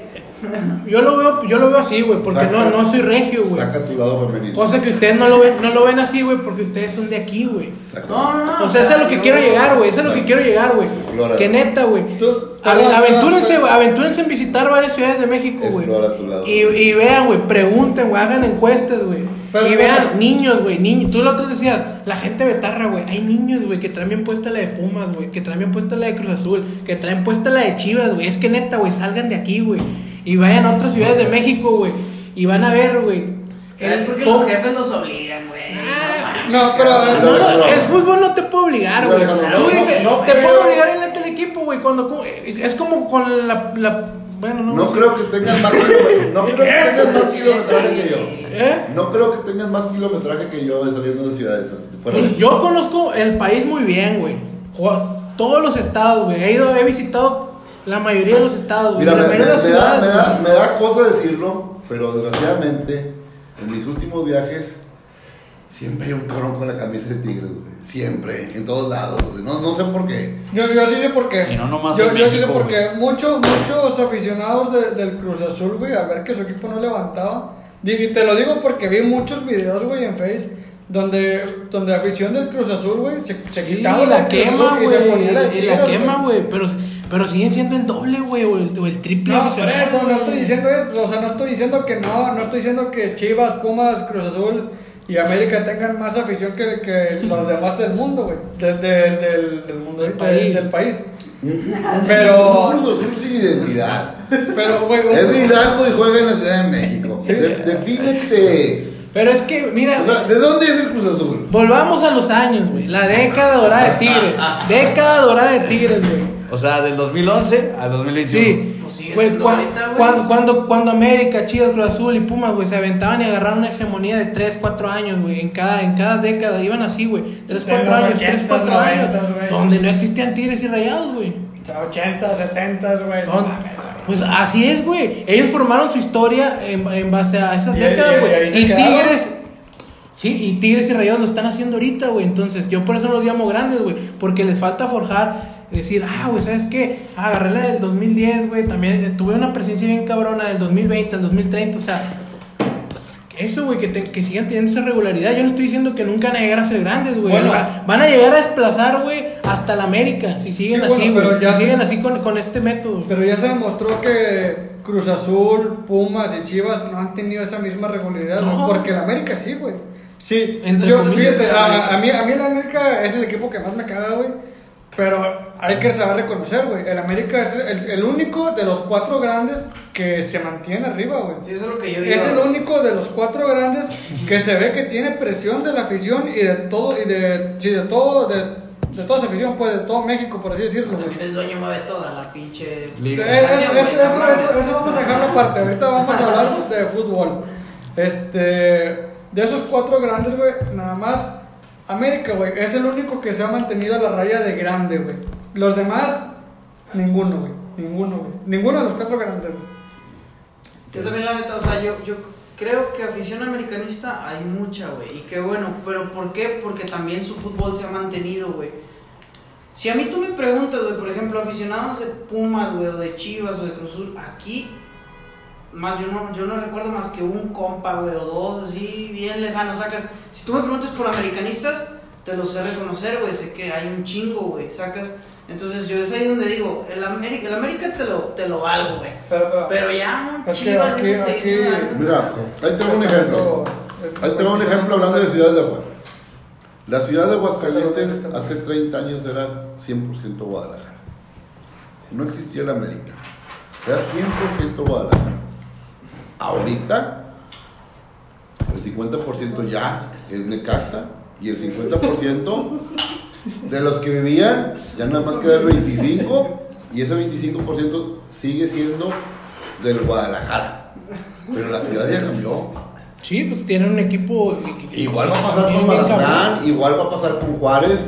S5: yo lo veo, yo lo veo así, güey, porque no,
S3: Saca-
S5: no soy regio, güey.
S3: Saca tu lado femenino.
S5: Cosa que ustedes no lo ven, no lo ven así, güey, porque ustedes son de aquí, güey.
S3: Saca-
S4: no, no, no.
S5: O sea, eso es a lo que
S4: yo-
S5: quiero llegar, güey. Eso es a lo que quiero llegar, güey.
S3: Explora.
S5: Que neta, güey.
S2: Tú-
S5: A-
S2: perdón,
S5: Aventúrense,
S2: perdón,
S5: güey, aventúrense en visitar varias ciudades de México, güey.
S3: Explora tu lado.
S5: Y, y vean, güey, pregunten, güey, hagan encuestas, güey.
S2: Pero,
S5: Y vean,
S2: pero-
S5: niños, güey, niños. Tú lo otro decías, la gente betarra, güey. Hay niños, güey, que traen bien puesta la de Pumas, güey. Que traen bien puesta la de Cruz Azul. Que traen puesta la de Chivas, güey. Es que neta, güey, salgan de aquí, güey. Y vayan a otras ciudades de México, güey. Y van a ver, güey.
S4: Es
S5: el
S4: porque
S5: to-
S4: los jefes los obligan, güey.
S5: Ah,
S2: No, pero a ver,
S5: no,
S3: Dale,
S5: no,
S3: Alejandro.
S5: el fútbol no te puede obligar,
S3: Dale,
S5: güey.
S3: Alejandro, no,
S5: Tú dices,
S3: no, no
S5: te
S3: creo.
S5: puede obligar en la tele equipo, güey. Cuando co- es como con la, la- bueno, no.
S3: No
S5: sé.
S3: creo que tengas más kilómetros. No creo que tengas más kilometraje que yo.
S5: ¿Eh?
S3: No creo que tengas más kilometraje que yo de saliendo de ciudades. Fuera de-
S5: Pues yo conozco el país muy bien, güey. Jo- Todos los estados, güey. He ido, he visitado la mayoría de los estados, güey.
S3: Mira,
S5: La
S3: me,
S5: mayoría de las
S3: me- me da,
S5: ciudades,
S3: me,
S5: güey.
S3: da, me da cosa decirlo, pero desgraciadamente, en mis últimos viajes, siempre hay un cabrón con la camisa de tigres, güey. Siempre, en todos lados, güey. No, no sé por qué.
S2: Yo, yo sí sé por qué.
S1: Y no nomás
S2: yo,
S1: en
S2: yo sí sé
S1: México,
S2: por qué.
S1: güey.
S2: Muchos, muchos aficionados de- del Cruz Azul, güey, a ver que su equipo no levantaba. Y, y te lo digo porque vi muchos videos, güey, en Face, donde, donde afición del Cruz Azul, güey, se, se
S5: Sí,
S2: quitaba
S5: la
S2: del Cruz
S5: quema,
S2: Azul y se
S5: güey.
S2: ponía
S5: La,
S2: de
S5: la
S2: Tigres,
S5: quema, güey. Pero, pero siguen siendo el doble, güey. O el, o el triple.
S2: No, por
S5: aficionado,
S2: eso, no
S5: güey.
S2: estoy diciendo eso, o sea, no estoy diciendo que no, no estoy diciendo que Chivas, Pumas, Cruz Azul y América tengan más afición que, que
S5: [laughs]
S2: los demás del mundo, güey, de- de- del, del mundo
S5: Del
S2: ahorita,
S5: país.
S2: del país.
S3: Un
S2: Pero,
S3: Cruz Azul sin identidad.
S2: pero, güey, un-
S3: Es de Hidalgo y juega en la Ciudad de México.
S2: Sí.
S3: De- defínete.
S5: Pero es que, mira.
S3: O sea, ¿de dónde es el Cruz Azul?
S4: [laughs]
S5: Volvamos a los años, güey. La década dorada de Tigres. década dorada de Tigres, güey.
S1: O sea, del 2011 al 2021.
S5: Sí,
S4: Pues sigue
S5: güey,
S4: siendo
S5: cua-
S4: ahorita, güey.
S5: cuando, cuando, cuando América, Chivas, Cruz Azul y Pumas, güey, se aventaban y agarraron una hegemonía de 3, 4 años, güey, en cada, en cada década, iban así, güey, 3,
S6: De los
S5: 4 años, 3,
S6: 80s,
S5: 4 años,
S6: 90s, güey.
S5: donde no existían tigres y rayados, güey.
S6: O sea, 80, 70, güey. no
S5: Don-
S6: mames, güey.
S5: Pues así es, güey. Ellos formaron su historia en, en base a esas
S6: Y-
S5: décadas,
S6: y- y ahí
S5: güey.
S6: se
S5: Y,
S6: quedaron.
S5: Tigres. Sí, y Tigres y Rayados lo están haciendo ahorita, güey. Entonces, yo por eso los llamo grandes, güey. Porque les falta forjar, decir, ah, güey, ¿sabes qué? Ah, agarré la del 2010, güey. También eh, tuve una presencia bien cabrona del 2020 al 2030. O sea, eso, güey, que, te- que sigan teniendo esa regularidad. Yo no estoy diciendo que nunca van a llegar a ser grandes, güey.
S2: Bueno.
S5: Va- van a llegar a desplazar, güey, hasta la América. Si siguen
S2: Sí, bueno,
S5: así,
S2: pero
S5: güey.
S2: ya
S5: Si
S2: se-
S5: siguen así con, con este método.
S2: Pero ya se demostró que Cruz Azul, Pumas y Chivas no han tenido esa misma regularidad,
S5: No.
S2: güey, porque la América sí, güey. Sí,
S5: Entre
S2: yo,
S5: comillas,
S2: fíjate,
S5: la
S2: a,
S5: América.
S2: a mí, a mí la América es el equipo que más me caga, güey. Pero hay que saber reconocer, güey. El América es el, el único de los cuatro grandes que se mantiene arriba, güey.
S4: Sí, eso es lo que yo digo.
S2: Es el único de los cuatro grandes que se ve que tiene presión de la afición y de todo, y de, sí, de todo, de, de toda su afición, pues de todo México, por así decirlo. güey.
S4: También el dueño mueve toda la pinche.
S1: Liga.
S2: Eh, es- es- eso, eso- eso vamos a dejarlo aparte. Ahorita vamos a hablar de fútbol. Este, de esos cuatro grandes, güey, nada más América, güey, es el único que se ha mantenido a la raya de grande, güey. Los demás, ninguno, güey. Ninguno, güey. Ninguno de los cuatro grandes, güey.
S4: Yo también la neta, o sea, yo, yo creo que afición americanista hay mucha, güey. Y qué bueno, pero ¿por qué? Porque también su fútbol se ha mantenido, güey. Si a mí tú me preguntas, güey, por ejemplo, aficionados de Pumas, güey, o de Chivas, o de Cruz Azul, aquí, más yo no, yo no recuerdo más que un compa, güey, o dos, así, bien lejanos, sacas. Si tú me preguntas por americanistas, te los sé reconocer, güey, sé que hay un chingo, güey, sacas. Entonces yo es ahí donde digo, el América, el América te lo, te lo valgo, güey. Pero ya,
S2: Es que
S4: chivas,
S2: aquí-
S4: de esos
S2: aquí-
S4: seis, ¿verdad?
S3: Mira, ahí tengo un ejemplo. Ahí tengo un ejemplo hablando de ciudades de afuera. La ciudad de Aguascalientes hace 30 años era 100% Guadalajara. No existía la América. Era 100% Guadalajara. Ahorita, el 50% ya es Necaxa y el 50% de los que vivían ya nada más queda el 25% y ese 25% sigue siendo del Guadalajara. Pero la ciudad ya cambió.
S5: Sí, pues tienen un equipo.
S3: Igual va a pasar
S5: bien,
S3: con
S5: bien
S3: Mazatlán, igual va a pasar con Juárez,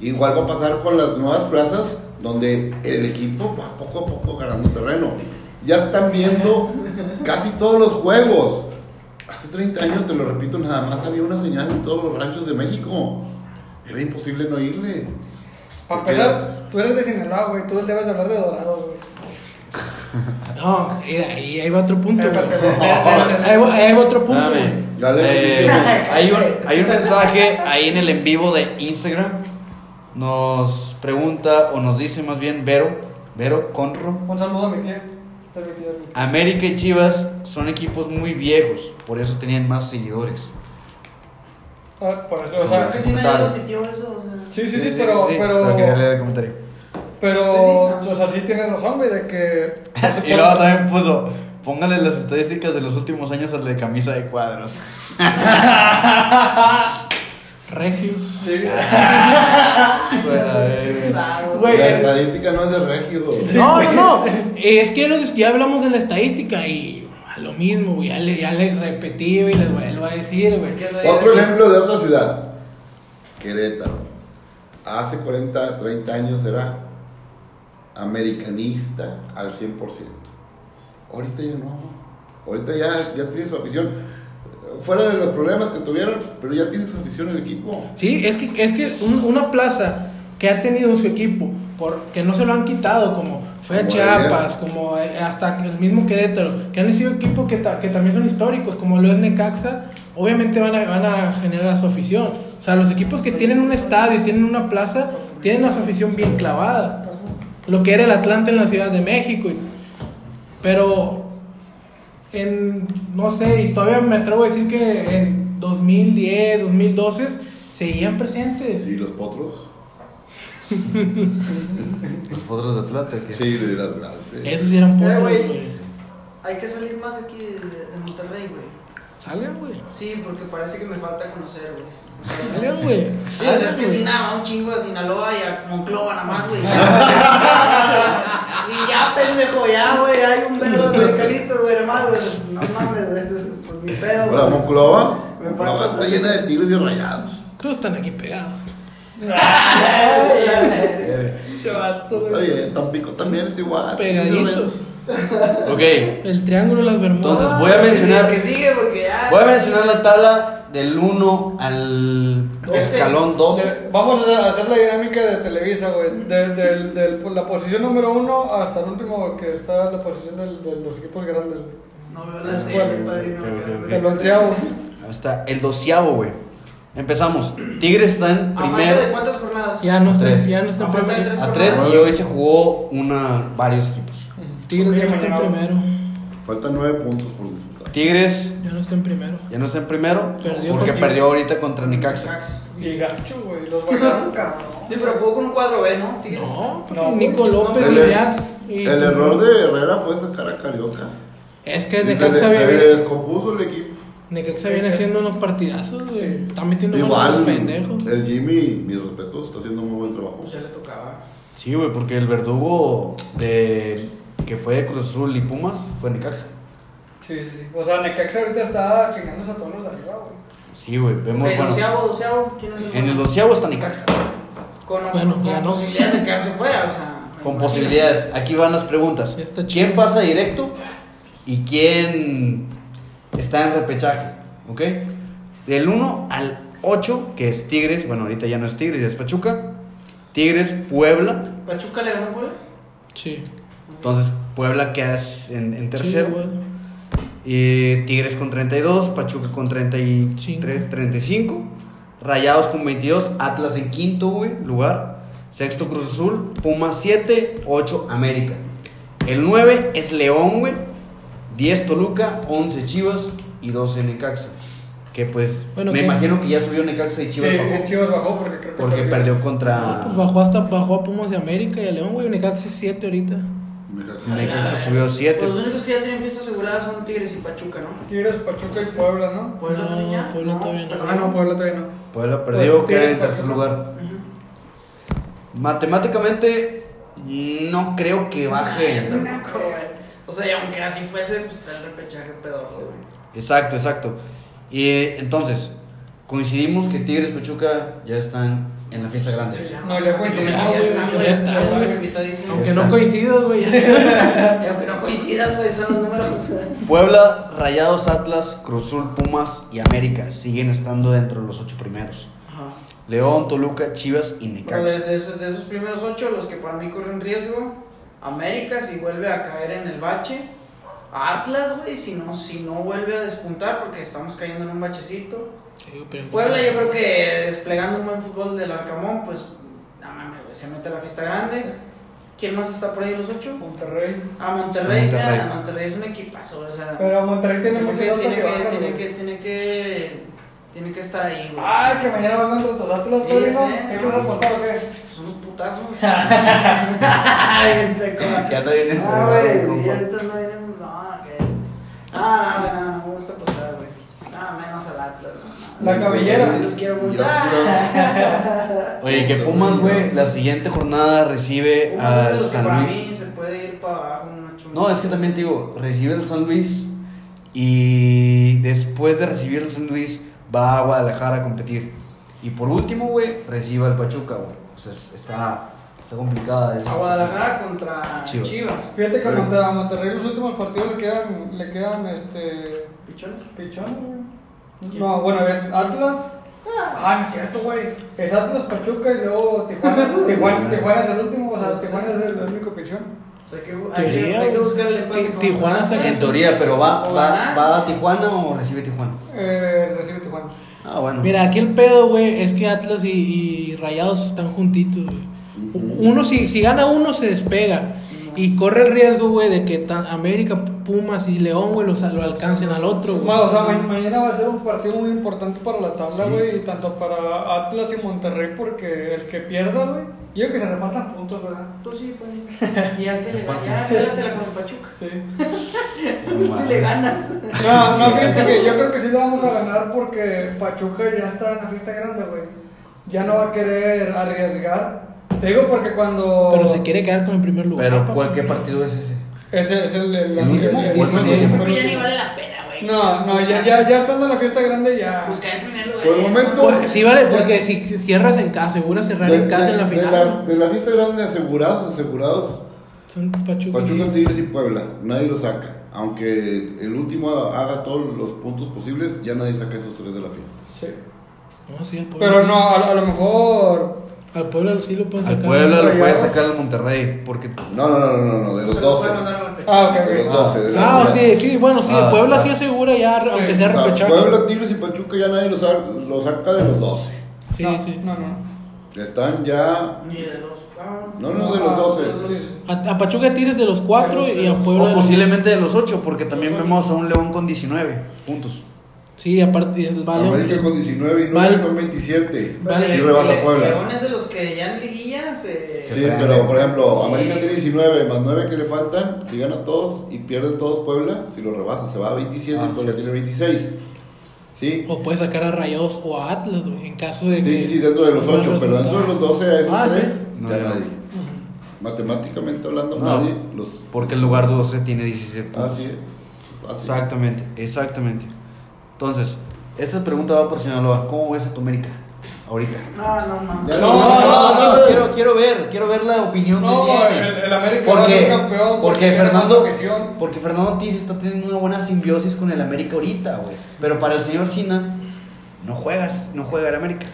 S3: igual va a pasar con las nuevas plazas donde el equipo va poco a poco ganando terreno. Ya están viendo casi todos los juegos. Hace 30 años, te lo repito, nada más había una señal en todos los ranchos de México. Era imposible no irle.
S2: Para empezar, tú eres de Sinaloa, güey. Tú debes hablar de Dorados, güey.
S5: cabrón. No, mira, y ahí va otro punto.
S2: Eh,
S5: güey.
S2: porque-
S5: Ahí va, ahí va otro punto.
S1: Espérame.
S5: güey.
S3: Dale,
S1: Eh,
S3: muchísimo.
S1: hay, un, hay un mensaje ahí en el en vivo de Instagram. Nos pregunta, o nos dice más bien Vero, Vero Conro.
S2: Un saludo a mi tía. Esta es mi tía, güey.
S1: América y Chivas son equipos muy viejos, por eso tenían más seguidores.
S2: Ah, Por eso,
S1: Sí,
S2: o sea,
S4: Creo
S2: sí,
S4: que sí nadie
S1: Claro.
S4: repitió eso, o sea.
S2: sí, sí, pero, pero,
S1: pero quería leer el comentario.
S2: pero,
S4: Sí, sí.
S2: o sea, sí tienes razón, güey, de que. no se
S1: Y luego
S2: puede-
S1: también puso, póngale las estadísticas de los últimos años a la de camisa de
S2: [laughs]
S1: cuadros.
S5: Regius.
S2: Sí.
S3: La
S2: Güey,
S3: estadística no es de Regio.
S5: No, no, no. Es que ya nos- ya hablamos de la estadística y a lo mismo, güey. Ya le, ya le repetí güey, y les vuelvo a decir, güey.
S4: Porque eso ya-
S3: Otro ejemplo de otra ciudad. Querétaro. Hace 40, 30 años era americanista al 100%. Ahorita ya no. Ahorita ya, ya tiene su afición. Fuera de los problemas que tuvieron, pero ya tiene su afición el equipo.
S5: Sí, es que, es que un- una plaza que ha tenido su equipo, por, que no se lo han quitado, como fue a
S3: Como
S5: Chiapas, como eh, hasta el mismo Querétaro, que han sido equipos que, ta- que también son históricos, como lo es Necaxa, obviamente van a, van a generar a su afición. O sea, los equipos que tienen un estadio y tienen una plaza, tienen a su afición bien clavada. Lo que era el Atlante en la Ciudad de México. y- pero en, no sé, y todavía me atrevo a decir que en 2010, 2012 seguían presentes.
S3: ¿Y los potros?
S1: [laughs] Los potros de Atlante. ¿qué?
S3: Sí, de las- las- de-
S5: Esos sí
S4: Eh,
S5: eran potros,
S4: güey.
S5: güey.
S4: Hay que salir más aquí de, de Monterrey, güey.
S5: Salgan, güey.
S4: Sí, porque parece que me falta conocer, güey. O sea,
S5: Salgan, güey.
S4: Sí, o sea, es
S5: Salgan,
S4: que
S5: güey.
S4: sí, nada más un chingo a Sinaloa y a Monclova, nada más,
S3: [laughs]
S4: güey. y ya, pendejo, ya, güey, hay un verbo de mecalistas, güey, nada más, güey. No mames, güey, eso es pues, mi pedo, güey.
S3: Hola, Monclova.
S4: Me
S3: Monclova
S4: falta
S3: está llena
S4: [laughs]
S3: de tiros y rayados.
S5: Todos están aquí pegados.
S3: Está bien, Tampico también está
S4: Ah,
S3: igual.
S5: Pegaditos.
S1: Ok,
S5: El triángulo de las Bermudas.
S1: entonces voy a mencionar.
S4: Que sigue, porque ya.
S1: Voy a mencionar la tabla del 1 al escalón 12.
S2: De- Vamos a hacer la dinámica de Televisa, güey. De, del- del- por la posición número uno hasta el último, que está la posición del- de los equipos grandes, güey.
S4: No veo
S2: Bueno,
S4: la tele, padrino.
S1: ok,
S4: cabrón.
S1: ok,
S2: El onceavo.
S1: Hasta el doceavo, güey. Empezamos. Tigres está en
S4: ¿A falta de
S1: primero
S4: cuántas jornadas?
S5: Ya no están,
S1: Tres.
S5: ya no están
S4: A falta de
S5: primero.
S4: tres
S1: a 3
S4: jornadas.
S1: y hoy se jugó una, varios equipos.
S5: Tigres ya no
S6: Ok,
S5: está en
S6: mañana.
S5: primero.
S3: Faltan nueve puntos por disfrutar.
S1: Tigres
S5: Ya no está en primero.
S1: ya no está en primero
S5: Perdió
S1: porque
S5: con-
S1: perdió ahorita contra Necaxa.
S6: Y gacho.
S2: Güey,
S4: [laughs]
S2: los bajaron.
S4: Sí, pero jugó con un 4B, ¿no? Tigres.
S5: No,
S6: No,
S5: Nico López
S3: El, er-
S5: Villar. y-
S3: el error de Herrera fue sacar a Carioca.
S5: Es que
S3: Y se le-
S5: Necaxa
S3: se
S5: había
S3: le
S5: venido.
S3: descompuso el equipo.
S5: Necaxa viene haciendo unos partidazos, güey. Está metiendo
S3: Igual,
S5: goles pendejos.
S1: Eh,
S3: el Jimmy, mis respetos, está haciendo muy buen trabajo.
S4: Pues ya le tocaba.
S1: Sí, güey, porque el verdugo de que fue de Cruz Azul y Pumas fue Necaxa.
S2: Sí, sí, sí. O sea, Necaxa ahorita está chingándose a todos los de arriba, güey.
S1: Sí, güey,
S4: Ok,
S1: vemos bueno,
S4: doceavo, doceavo, ¿quién es
S1: en el doceavo está Necaxa.
S4: Con,
S5: Bueno,
S4: con
S5: ya no.
S4: posibilidades de quedarse fuera, o sea.
S1: [laughs]
S4: me
S1: Con
S4: imagino.
S1: posibilidades. Aquí van las preguntas.
S5: Ya está
S1: ¿Quién
S5: chido.
S1: pasa directo y quién está en repechaje? ¿Ok? Del 1 al 8, que es Tigres, bueno, ahorita ya no es Tigres, ya es Pachuca. Tigres, Puebla.
S4: ¿Pachuca le ganó a Puebla?
S5: Sí.
S1: Entonces, Puebla queda en, en
S5: Sí,
S1: tercero.
S5: güey.
S1: Eh, Tigres con 32, Pachuca con 33,
S5: Chingo.
S1: 35. Rayados con 22, Atlas en quinto güey, lugar. Sexto Cruz Azul, Puma 7, 8 América. El 9 es León, güey. 10 Toluca, 11 Chivas y 12 Necaxa. Que pues
S5: Bueno,
S1: me
S5: que-
S1: imagino que ya subió Necaxa y
S2: Sí,
S1: Chivas bajó,
S2: Chivas bajó porque creo que
S1: porque perdió contra
S5: Pues bajó hasta bajó a Pumas de América y a León, güey. Necaxa 7 ahorita.
S3: Necaxa.
S1: Necaxa subió
S4: Pues los
S1: 7.
S4: únicos que ya tienen fiesta asegurada son Tigres y Pachuca, ¿no?
S2: Tigres, Pachuca y Puebla, ¿no?
S4: Puebla
S5: No,
S4: también ya.
S5: Puebla todavía no.
S4: perdón.
S2: Ah, no, Puebla todavía no.
S1: Puebla perdió,
S2: Pues,
S1: queda en
S2: Tigres,
S1: tercer
S2: Pachuca.
S1: lugar.
S4: Ujú.
S1: Matemáticamente no creo que
S4: Ay, [laughs]
S1: baje.
S4: yo tampoco, güey. O sea, y aunque así fuese, pues está el repechaje pedorro, güey.
S1: Exacto, exacto. Y eh, entonces, coincidimos que Tigres Pachuca ya están en la fiesta grande.
S2: No, ya coincidió,
S4: Ya,
S5: güey,
S4: están,
S5: ya
S4: güey,
S5: está,
S4: ya están
S5: güey.
S4: invitadísimos.
S5: Aunque
S1: están.
S5: no coincidas, güey. ya está.
S4: Y aunque no coincidas, güey, están los números.
S1: Puebla, Rayados, Atlas, Cruzul, Pumas y América siguen estando dentro de los ocho primeros.
S4: Ajá.
S1: León, Toluca, Chivas y
S4: Pero
S1: Necaxa.
S4: de, de esos, de esos primeros ocho, los que para mí corren riesgo, América si vuelve a caer en el bache, Atlas, güey, si no, si no vuelve a despuntar porque estamos cayendo en un bachecito.
S5: Sí, pero-
S4: [laughs] Puebla yo creo que desplegando un buen fútbol del Arcamón, pues no mames, güey, se mete a la fiesta grande. ¿Quién más está por ahí de los ocho?
S2: Monterrey.
S4: A Monterrey,
S1: Sí, Monterrey.
S4: nada, Monterrey es un equipazo, o sea,
S2: Pero Monterrey tiene
S4: creo que
S2: muchos
S4: tiene,
S2: altos
S4: que,
S2: y bajas,
S4: tiene,
S2: güey.
S4: que, tiene que tiene que estar ahí, güey.
S2: Ah, que mañana van contra tus Atlas,
S4: Sí,
S2: Tolima.
S4: ya sé.
S2: ¿Qué vas a apostar o qué?
S4: Son unos putazos.
S2: [laughs]
S4: Ay, seco.
S1: Ya está bien
S4: Ah,
S1: enredado el
S4: güey,
S1: compa.
S4: ya ahorita no venimos. No, que. Ah, no, güey, no, no me gusta apostar, güey. Ah, menos al Atlas. no, no.
S2: La cabellera.
S4: Los quiero mucho.
S5: Ah.
S1: Oye, que Pumas, güey, la siguiente jornada recibe
S4: Uno de
S1: Eh, al
S4: los que
S1: San
S4: para
S1: Luis.
S4: mí se puede ir para abajo un ocho.
S1: No, es que también te digo, recibe el San Luis y después de recibir el San Luis va a Guadalajara a competir. Y por último, güey, recibe al Pachuca, güey. O sea, es- está, está complicada esa
S4: A
S1: situación.
S4: Guadalajara contra
S1: Chivas.
S4: Chivas.
S2: Fíjate que
S1: Pero-
S2: contra Monterrey los últimos partidos le quedan, le quedan este.
S4: ¿Pichones?
S2: Pichón, güey. No, bueno, es Atlas. Ah, no es cierto, güey. Es Atlas, Pachuca y luego [laughs] Tijuana. Tijuana, Tijuana es el último, o sea, Tijuana es el único pichón.
S4: O sea, que hay que- hay,
S5: Teoría,
S4: que,
S5: güey.
S4: buscar el empate.
S5: Ti-
S4: con
S5: Tijuana
S4: Atlas.
S5: saca
S1: En teoría, pero va,
S4: O
S1: va,
S4: ganar.
S1: va a Tijuana o recibe Tijuana.
S2: Eh, recibe Tijuana.
S1: Ah, bueno.
S5: Mira, aquí el pedo, güey, es que Atlas y, y Rayados están juntitos, güey. Uno, si, si gana uno, se despega. Y corre el riesgo, güey, de que tan- América, Pumas y León, güey, los- lo alcancen al otro,
S2: Ma- o
S5: güey.
S2: sea, ma- mañana va a ser un partido muy importante para la tabla,
S1: Sí.
S2: güey, y tanto para Atlas y Monterrey, porque el que pierda, güey, yo que se repartan puntos, ¿verdad?
S4: Tú sí,
S1: [laughs]
S4: pues. Y ya que le ganas, pélatela con el Pachuca. [laughs]
S2: Sí.
S1: No
S4: si le
S1: mames.
S4: ganas.
S1: [laughs]
S2: No, no, fíjate que yo creo que sí lo vamos a ganar porque Pachuca ya está en la fiesta grande, güey. Ya no va a querer arriesgar. Te digo porque cuando.
S5: Pero se quiere quedar con el primer lugar.
S1: Pero,
S5: papá.
S1: ¿cuál, ¿qué partido es ese?
S2: Es el, es el, el-
S1: El último,
S2: el-
S1: el último,
S2: el-
S1: pues sí.
S7: Porque ya ni vale la pena, güey.
S2: No, no,
S7: Buscar-
S2: Pues ya, Pues ya, ya estando en la fiesta grande ya.
S7: Buscar el primer lugar.
S3: Por el
S7: es-
S3: momento-
S5: Pues, sí, vale, porque si si cierras en casa, seguro cerrar en casa en la
S3: de
S5: final.
S3: la- de la fiesta grande asegurados, asegurados.
S5: Son Pachuca.
S3: Pachuca, Tigres y Puebla, nadie lo saca. Aunque el último haga todos los puntos posibles, ya nadie saca esos tres de la fiesta.
S2: Sí.
S5: No, sí, al Puebla
S2: Pero
S5: sí.
S2: no, a, a lo mejor.
S5: Al Puebla sí lo pueden
S1: Al
S5: sacar.
S1: Puebla lo puede
S2: Rayados.
S1: sacar al Monterrey, porque
S3: No, no, no, no, no, no, de los
S4: Se lo
S3: 12.
S4: puede mandar al golpe.
S2: Ah, ok,
S3: De los
S2: ok.
S3: 12. de la
S5: Ah,
S3: final.
S5: sí, sí, bueno, sí,
S1: Ah,
S5: el Puebla
S1: está.
S5: sí asegura ya, aunque sea
S3: O sea,
S5: repechaje.
S3: Puebla, Tigres y Pachuca ya nadie lo, sa- lo saca de los 12.
S5: Sí,
S2: no,
S5: sí.
S2: Ah, No, no.
S3: Están ya.
S4: Ni de los. ah,
S3: No, no, de los 12.
S5: A, a Pachuca tires de los cuatro y a Puebla. de
S1: O
S5: los-
S1: posiblemente de los 8, porque también vemos a un León con 19 puntos.
S5: Sí, aparte, el vale.
S3: América con 19 y
S5: Vale.
S3: 9 son 27.
S5: Vale.
S3: Sí rebasa
S4: Le-
S3: Puebla.
S4: León es de los que ya en liguilla se.
S3: Sí, pero por ejemplo, América tiene 19 más 9 que le faltan. Si gana todos y pierde todos Puebla, si lo rebasa, se va a 27
S1: Ah,
S3: y Puebla tiene 26. ¿Sí?
S5: O puedes sacar a Rayados o a Atlas, güey, en caso de
S3: Sí,
S5: que.
S3: sí, sí, dentro de los
S5: no
S3: 8, pero
S5: resultado.
S3: dentro de los 12 a esos
S5: Ah,
S3: tres,
S5: sí.
S1: No,
S3: ya
S1: ya no.
S3: nadie. Matemáticamente hablando,
S1: No.
S3: nadie los. ah,
S1: Porque el lugar 12 tiene 17 puntos.
S3: Así es. Así.
S1: Exactamente, exactamente. Entonces, esta pregunta va por Sinaloa. ¿Cómo ves a tu América ahorita?
S4: No, Ah, no, no.
S3: Ya
S1: No,
S3: lo-
S1: no, no, quiero, quiero ver, quiero ver la opinión que
S2: No,
S1: tiene.
S2: el, el América va a
S1: porque,
S2: ser campeón.
S1: porque
S2: tiene
S1: Fernando,
S2: más afición.
S1: porque Fernando Ortiz está teniendo una buena simbiosis con el América ahorita, güey. Pero para el señor Sina, no juegas, no juega el América.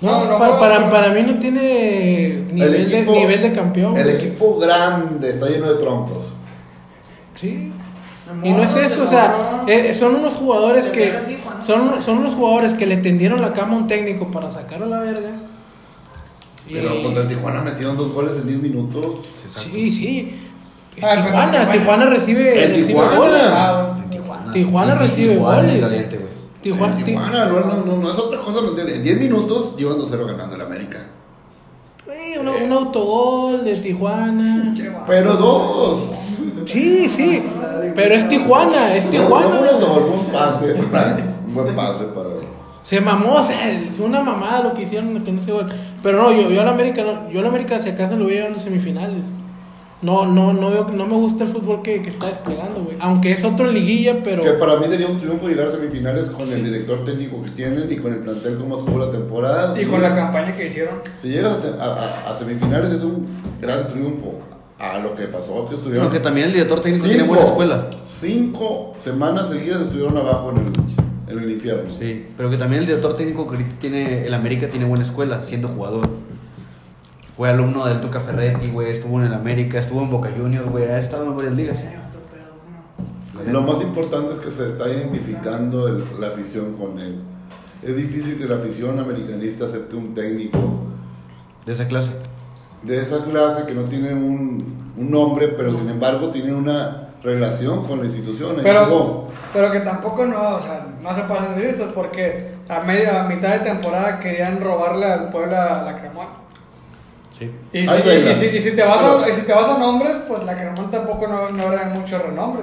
S5: No,
S2: No, no,
S5: para,
S2: no.
S5: para, para mí no tiene nivel, de, nivel de campeón.
S3: El
S5: güey.
S3: equipo grande está lleno de troncos.
S5: Sí. Y no es eso, o sea, eh, son unos jugadores
S4: Se
S5: que
S4: deja así, Juan.
S5: son, son unos jugadores que le tendieron la cama a un técnico para sacarlo a la verga. Y-
S3: Pero contra el Tijuana metieron dos goles en 10 minutos.
S5: Sí, sí. Es
S2: Ah,
S5: Tijuana,
S2: pero Tijuana.
S5: Tijuana recibe,
S3: En
S5: recibe
S3: Tijuana.
S5: goles.
S2: Ah,
S1: En Tijuana.
S5: Tijuana recibe goles. Tijuana,
S3: Tijuana,
S5: Ti-
S3: Tijuana no, no, no, no es otra cosa. ¿me entiendes? En 10 minutos llevan 2-0 ganando el América.
S5: eh, un, un autogol de Tijuana.
S3: Pero dos.
S5: Sí, sí. Pero es Tijuana,
S3: No,
S5: es
S3: no fue un
S5: Tijuana.
S3: autogol, fue un pase. [laughs] para- un buen pase para.
S5: Se mamó, o sea, es una mamada lo que hicieron con ese gol. Pero no, yo, yo al América, no- yo al América si acaso lo veo en las semifinales. No, no, no veo, no me gusta el fútbol que, que está desplegando, güey. Aunque es otro en liguilla, pero.
S3: Que para mí sería un triunfo llegar a semifinales con el director técnico que tienen y con el plantel como estuvo la temporada.
S2: Y con la campaña que hicieron.
S3: Si llegas a, a- a semifinales es un gran triunfo a lo que pasó, que estuvieron...
S1: Aunque también el director técnico
S3: Cinco.
S1: tiene buena escuela.
S3: Cinco semanas seguidas estuvieron abajo en el, en el infierno.
S1: Sí, pero que también el director técnico que ahorita tiene, el América tiene buena escuela, siendo jugador. Fue alumno del Tuca Ferretti, güey, estuvo en el América, estuvo en Boca Juniors, güey, ha estado en varias ligas.
S3: Lo más importante es que se está identificando el- la afición con él. Es difícil que la afición americanista acepte un técnico
S1: De esa clase.
S3: de esa clase que no tiene un, un nombre, pero sin embargo tiene una relación con la institución. Ahí llegó.
S2: Pero, pero que tampoco no, o sea, no se pasen de listos porque a, media, a mitad de temporada querían robarle al Puebla la Cremón.
S1: Sí.
S2: Y, si,
S3: Ay, venga.
S2: y si- y si te vas a,
S3: Pero-
S2: y si te vas a nombres, pues la Cremón tampoco no, no era de mucho renombre.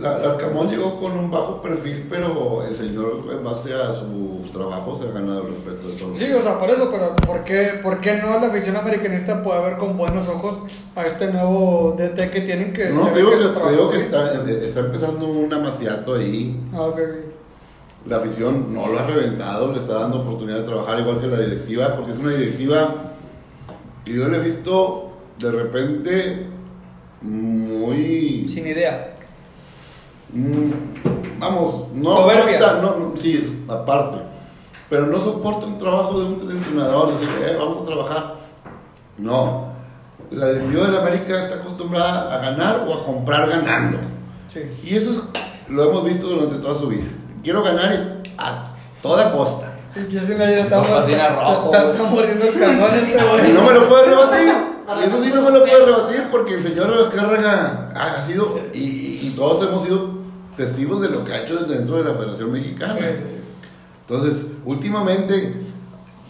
S3: La, la Arcamón llegó con un bajo perfil, pero el señor, en base a sus trabajos, se ha ganado el respeto de todos.
S2: Sí, o sea, por eso, pero ¿por qué, por qué no la afición americanista puede ver con buenos ojos a este nuevo DT que tienen que...
S3: no,
S2: se
S3: te
S2: ve
S3: digo que,
S2: su
S3: te
S2: trabajo
S3: digo que
S2: bien?
S3: está, eh, está empezando un amaciato ahí.
S2: Ah, ok, ok.
S3: La afición no lo ha reventado, le está dando oportunidad de trabajar igual que la directiva, porque es una directiva que yo le he visto de repente muy...
S2: Sin idea.
S3: Mm, vamos, no
S2: Soberbia.
S3: aguanta, no, no, sí, aparte, pero no soporta un trabajo de un entrenador, decir, "Eh, vamos a trabajar. No, la directiva de la América está acostumbrada a ganar o a comprar ganando.
S2: Sí.
S3: Y eso es- lo hemos visto durante toda su vida. Quiero ganar a toda costa.
S2: Yo sí me está,
S1: No, pues, era rojo,
S2: está-
S1: güey.
S2: está mordiendo el
S3: [laughs]
S2: calzón este,
S3: Y
S2: güey.
S3: no me lo puede rebatir. Y eso sí no me lo puede rebatir porque el señor Azcárraga ha ha sido, y, y todos hemos sido testigos de lo que ha hecho dentro de la Federación Mexicana. Entonces, últimamente,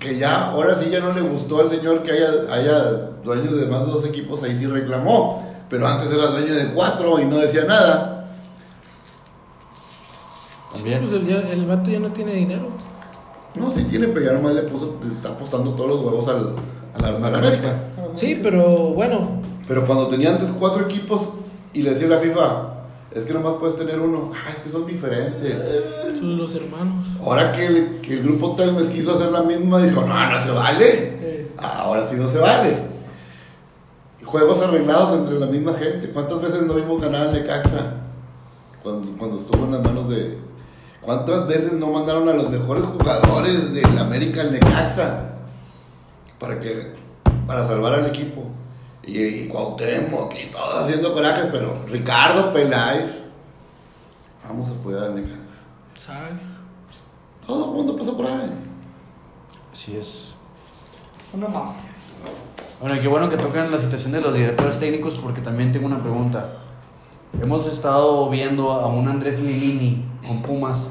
S3: que ya, ahora sí ya no le gustó al señor que haya, haya dueño de más de dos equipos, ahí sí reclamó. Pero antes era dueño de cuatro y no decía nada.
S1: También.
S5: Sí, pues el, ya- el vato ya no tiene dinero.
S3: No, sí tiene, pero ya nomás le puso, le está apostando todos los huevos al, a la, a la América.
S5: Sí, pero bueno,
S3: Pero cuando tenía antes cuatro equipos y le decía a la FIFA, es que nomás puedes tener uno, ah, es que son diferentes.
S5: son los hermanos.
S3: Ahora que el, que el grupo Telmes quiso hacer la misma, dijo, no, no se vale.
S5: Eh,
S3: Ahora sí no se vale. Juegos arreglados entre la misma gente. ¿Cuántas veces no vimos ganar al Necaxa? Cuando, cuando estuvo en las manos de... ¿Cuántas veces no mandaron a los mejores jugadores del América al Necaxa? Para que... Para salvar al equipo. Y, y Cuauhtémoc y todos haciendo corajes, pero Ricardo Peláez. Vamos a apoyar al Necaxa.
S5: ¿Sabes?
S3: Todo el mundo pasó por ahí.
S1: Así es.
S2: Una mafia.
S1: Bueno, y qué bueno que tocan la situación de los directores técnicos porque también tengo una pregunta. Hemos estado viendo a un Andrés Lilini con Pumas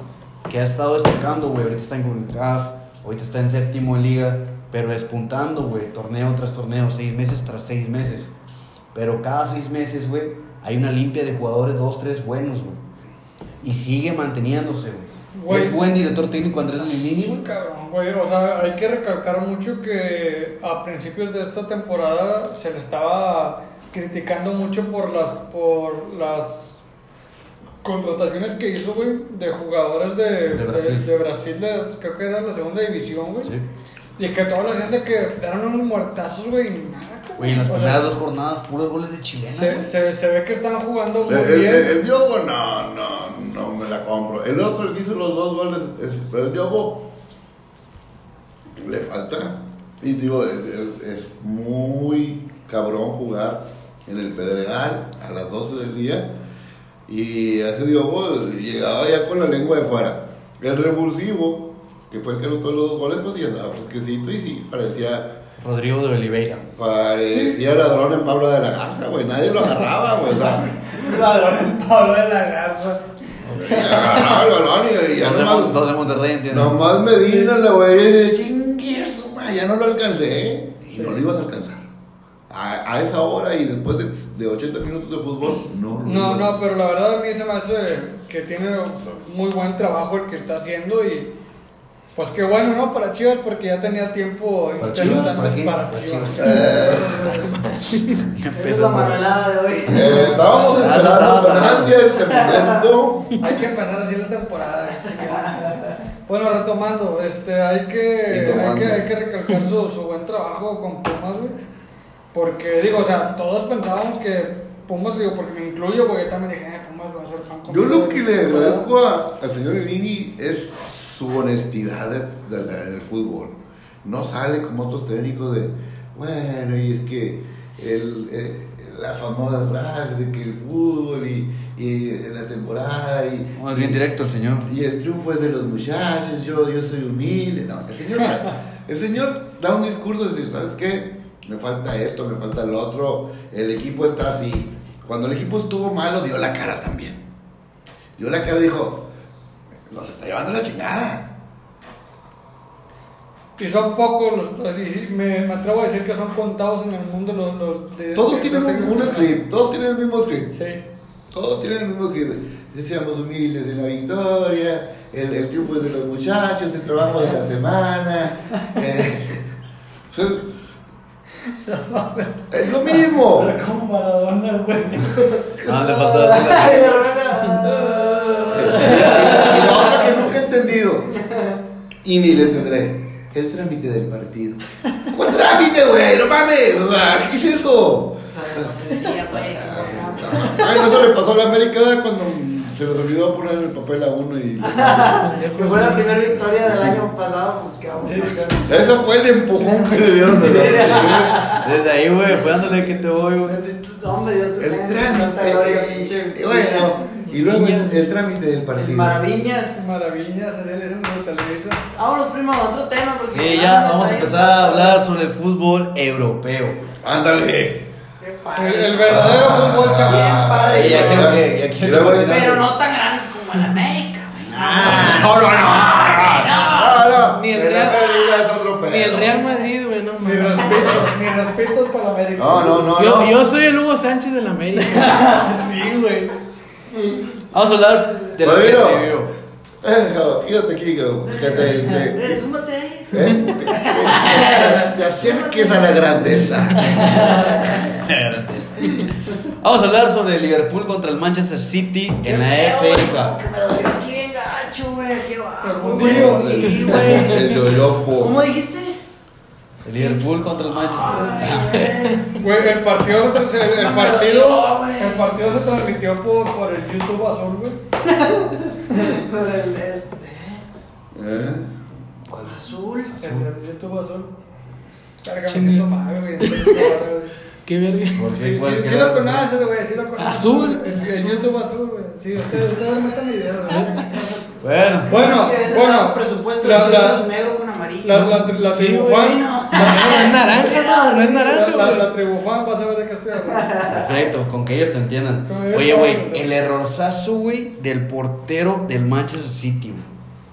S1: que ha estado destacando, güey. Ahorita está en CONCACAF, ahorita está en séptimo de liga, pero despuntando, güey, torneo tras torneo, seis meses tras seis meses. Pero cada seis meses, güey, hay una limpia de jugadores, dos, tres buenos, güey. Y sigue manteniéndose, güey.
S2: Güey.
S1: Es buen director técnico Andrés Lilini,
S2: Es
S1: güey.
S2: un cabrón, güey. O sea, hay que recalcar mucho que a principios de esta temporada se le estaba criticando mucho por las por las contrataciones que hizo, güey, de jugadores de,
S1: De Brasil.
S2: de- de Brasil, de- creo que era la segunda división, güey.
S1: Sí.
S2: Y que todos les decían de que eran unos muertazos, güey, y nada, cabrón.
S1: Güey, en las
S2: O sea,
S1: primeras dos jornadas, puros goles de chilena,
S2: se,
S1: güey.
S2: se, se ve que están jugando muy
S3: El, Eh, el,
S2: bien.
S3: el- el Diogo, no, no, no me la compro. El otro el que hizo los dos goles, es- pero el Diogo le falta. Y digo, es, es- es muy cabrón jugar en el Pedregal a las 12 del día. Y ese Diogo llegaba ya con la lengua de fuera. El revulsivo, que fue el que anotó los dos goles, pues ya andaba fresquecito y sí, parecía,
S1: Rodrigo de Oliveira.
S3: parecía ladrón en Pablo de la Garza, güey. Nadie lo agarraba, güey. o sea,
S6: Ladrón en Pablo de la Garza.
S3: Agarraba el balón y- y ya
S1: Los de, Mon- los
S3: nomás,
S1: de Monterrey, ¿entiendes?
S3: nomás Medina le voy a decir, chingue su madre, ya no lo alcancé. ¿eh? Y no lo ibas a alcanzar. A, a esa hora y después de, de 80 minutos de fútbol, no lo
S2: No,
S3: ibas
S2: no,
S3: a-
S2: pero la verdad a mí se me hace que tiene muy buen trabajo el que está haciendo y pues qué bueno, ¿no? Para Chivas porque ya tenía tiempo
S1: Para
S2: interno
S1: Chivas, ¿para
S2: también
S1: quién?
S2: para
S1: Para
S2: Chivas.
S7: Esa es la marmelada de hoy.
S3: Eh,
S4: [laughs]
S3: estábamos
S1: Ah, eso
S3: esperando
S1: estaba
S3: con
S1: tardando.
S3: ansia este momento.
S2: [laughs] Hay que empezar así la temporada. chiquita. Bueno, retomando, este, hay que, hay
S3: Retomando.
S2: que, hay que recalcar su, su buen trabajo con Pumas, güey. Porque, digo, o sea, todos pensábamos que Pumas, digo, porque me incluyo, porque yo también dije, eh, Pumas va a ser pan
S3: Yo
S2: comido
S3: lo
S2: de
S3: que le
S2: temporada".
S3: agradezco a- al señor Lini es su honestidad de- de la- en el fútbol. No sale como otros técnicos de, bueno, y es que el, eh, la famosa frase de que el fútbol y, y la temporada y,
S1: No, es bien directo el señor.
S3: y el triunfo es de los muchachos, yo, yo soy humilde. No, el señor, el señor da un discurso de decir, ¿sabes qué? Me falta esto, me falta lo otro, el equipo está así. Cuando el equipo estuvo malo, dio la cara también. Dio la cara y dijo, nos está llevando la chingada.
S2: Y son pocos los. pues, y sí, me, me atrevo a decir que son contados en el mundo los. los de-
S3: Todos
S2: los
S3: tienen un,
S2: técnicos
S3: un
S2: que-
S3: script, todos tienen el mismo script.
S2: Sí.
S3: Todos tienen el mismo crimen. Seamos humildes en la victoria, el, el triunfo es de los muchachos, el trabajo de la semana. eh, o sea, es lo mismo.
S6: Pero como Maradona, güey.
S1: Ah, le faltó decir la-
S3: Y la otra que nunca he entendido, y ni le entenderé, el trámite del partido. ¿Cuál trámite, güey? No mames. O sea, ¿qué es eso?
S7: O sea, la papelería, güey, como-
S3: Ay, no se le pasó a la América cuando se les olvidó poner el papel a uno y...
S7: Que fue la primera victoria del año pasado, pues que vamos.
S3: Ese fue el empujón que le
S7: [laughs]
S3: dieron a la
S1: Desde ahí, güey, fue dándole que te voy, güey.
S7: pues, Hombre, Dios te
S3: El
S7: [laughs] tenga tanta gloria,
S3: Eh,
S7: pinche
S3: trámite. Y bueno, y luego el, el trámite del
S7: El
S3: partido.
S7: Maravillas.
S2: Maravillas, así le dicen los televisa.
S7: Vámonos, primo, a otro tema. Porque
S1: Y ya vamos a empezar a hablar sobre el fútbol europeo.
S3: Ándale. Ah,
S7: Qué
S2: El,
S7: padre.
S2: el verdadero fútbol chaval.
S7: Bien padre.
S1: Y ya quiero que- ya quiero
S3: Y luego-
S1: que-
S7: Pero no tan grandes como en América, güey.
S3: Ah, No, no, no, no, no, Ah, no.
S5: Ni el
S3: Pero
S5: Real-
S3: la liga es otro
S5: Ni el
S3: pedo.
S5: Real Madrid, güey, no
S2: Ni
S5: mames.
S2: respetos, ni respetos para la América.
S3: No, no, no.
S5: Yo,
S3: no.
S5: yo soy el Hugo Sánchez de la América.
S2: Sí, güey.
S1: Vamos a hablar de lo que
S3: Rodrigo,
S1: se vivió.
S3: Eh, cabrón, quédate aquí, cabrón. Que te, te,
S7: Eh, súmate ahí.
S3: ¿Eh? Te, te- te- te acerques a la grandeza.
S1: Vamos a hablar sobre el Liverpool contra el Manchester City en la FA Cup.
S7: Que me dolió aquí bien gacho, güey. Aquí abajo,
S2: Dios,
S7: güey. Sí, güey.
S3: El Yolopo.
S7: ¿Cómo dijiste?
S1: El Liverpool contra el Manchester.
S7: Ay,
S2: Güey, el partido, el, el
S7: Me dolió,
S2: partido,
S7: güey.
S2: el partido se transmitió por, por el YouTube azul, güey.
S7: güey. Pero el este,
S3: ¿Eh?
S7: Azul.
S2: El, el YouTube azul. Carga, me
S5: Chingue.
S2: siento mal, güey. güey.
S5: Qué verga.
S1: ¿Por
S2: Sí,
S1: qué? ¿Cuál
S2: sí, sí
S1: queda?
S2: lo conoces, güey, sí lo conoces.
S5: Azul.
S2: El, el YouTube azul, güey. Sí, ustedes, ustedes meten ideas, güey.
S1: Bueno,
S2: Bueno,
S7: Que ese era
S2: bueno.
S7: un presupuesto
S2: la,
S7: de
S2: la,
S7: negro con amarillo.
S2: la, la, tri- la
S5: Sí,
S2: tribu
S5: güey,
S2: fan.
S7: no.
S5: Ah, No es naranja, no, no es naranja,
S2: La, la,
S5: güey.
S2: la tribu fan va a saber de qué estoy hablando.
S1: perfecto, con que ellos te entiendan. Oye, güey, el errorzazo, güey, del portero del Manchester City, güey.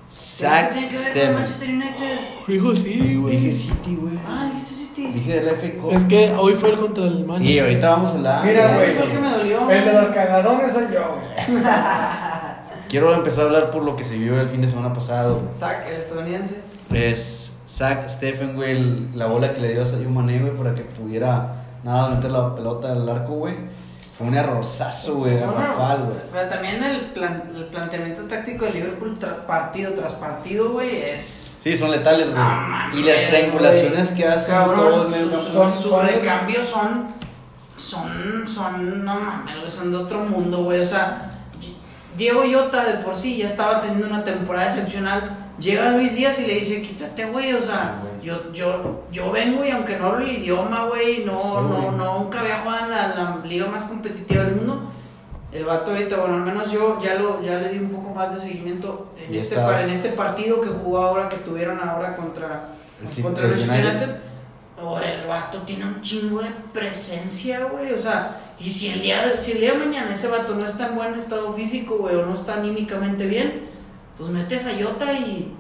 S7: ¿Qué
S1: Zack
S7: tiene que ver con
S1: Steven.
S7: Manchester United?
S5: Dijo sí,
S1: Dije
S5: güey.
S1: City, güey.
S7: Ah, dijiste City.
S1: Dije del FA
S5: Es
S1: Cup.
S5: que hoy fue el contra el Manchester.
S1: Sí, ahorita vamos a hablar.
S2: Mira,
S7: Ese
S2: güey.
S7: fue el que me dolió.
S2: El de los cagazones soy yo, güey.
S1: Quiero empezar a hablar por lo que se vivió el fin de semana pasado. güey.
S4: Sac, el estadounidense.
S1: Es Zach Stephen, güey, el- la bola que le dio a Sadio Mané, güey, para que pudiera nada meter la pelota al arco, güey. Fue un errorzazo, güey,
S4: No, no,
S1: garrafal, güey.
S4: Pero también el, plan- el planteamiento táctico de Liverpool tra- partido tras partido, güey, es...
S1: Sí, son letales, güey.
S4: Ah,
S1: y las
S4: güey,
S1: triangulaciones que hacen todo el
S4: Cabrón,
S1: medio campo.
S4: sus,
S2: campo.
S4: sus
S2: Son-
S4: recambios son... Son, son, no mames, güey, son de otro mundo, güey. O sea, Diego Yota de por sí ya estaba teniendo una temporada excepcional. Llega Luis Díaz y le dice, quítate, güey. O sea,
S1: Sí, güey.
S4: yo, yo, yo vengo y aunque no hablo el idioma, güey, no,
S1: Sí,
S4: no,
S1: güey.
S4: no, nunca había jugado en la, la liga más competitiva del mundo. El vato ahorita, bueno, al menos yo ya, lo, ya le di un poco más de seguimiento en
S1: Y
S4: este,
S1: estás-
S4: par- en este partido que jugó ahora, que tuvieron ahora contra,
S1: El City
S4: contra el Manchester
S1: United.
S4: United. Oh, el vato tiene un chingo de presencia, güey. O sea, y si el, día de, si el día de mañana ese vato no está en buen estado físico, güey, o no está anímicamente bien, pues metes a Yota y.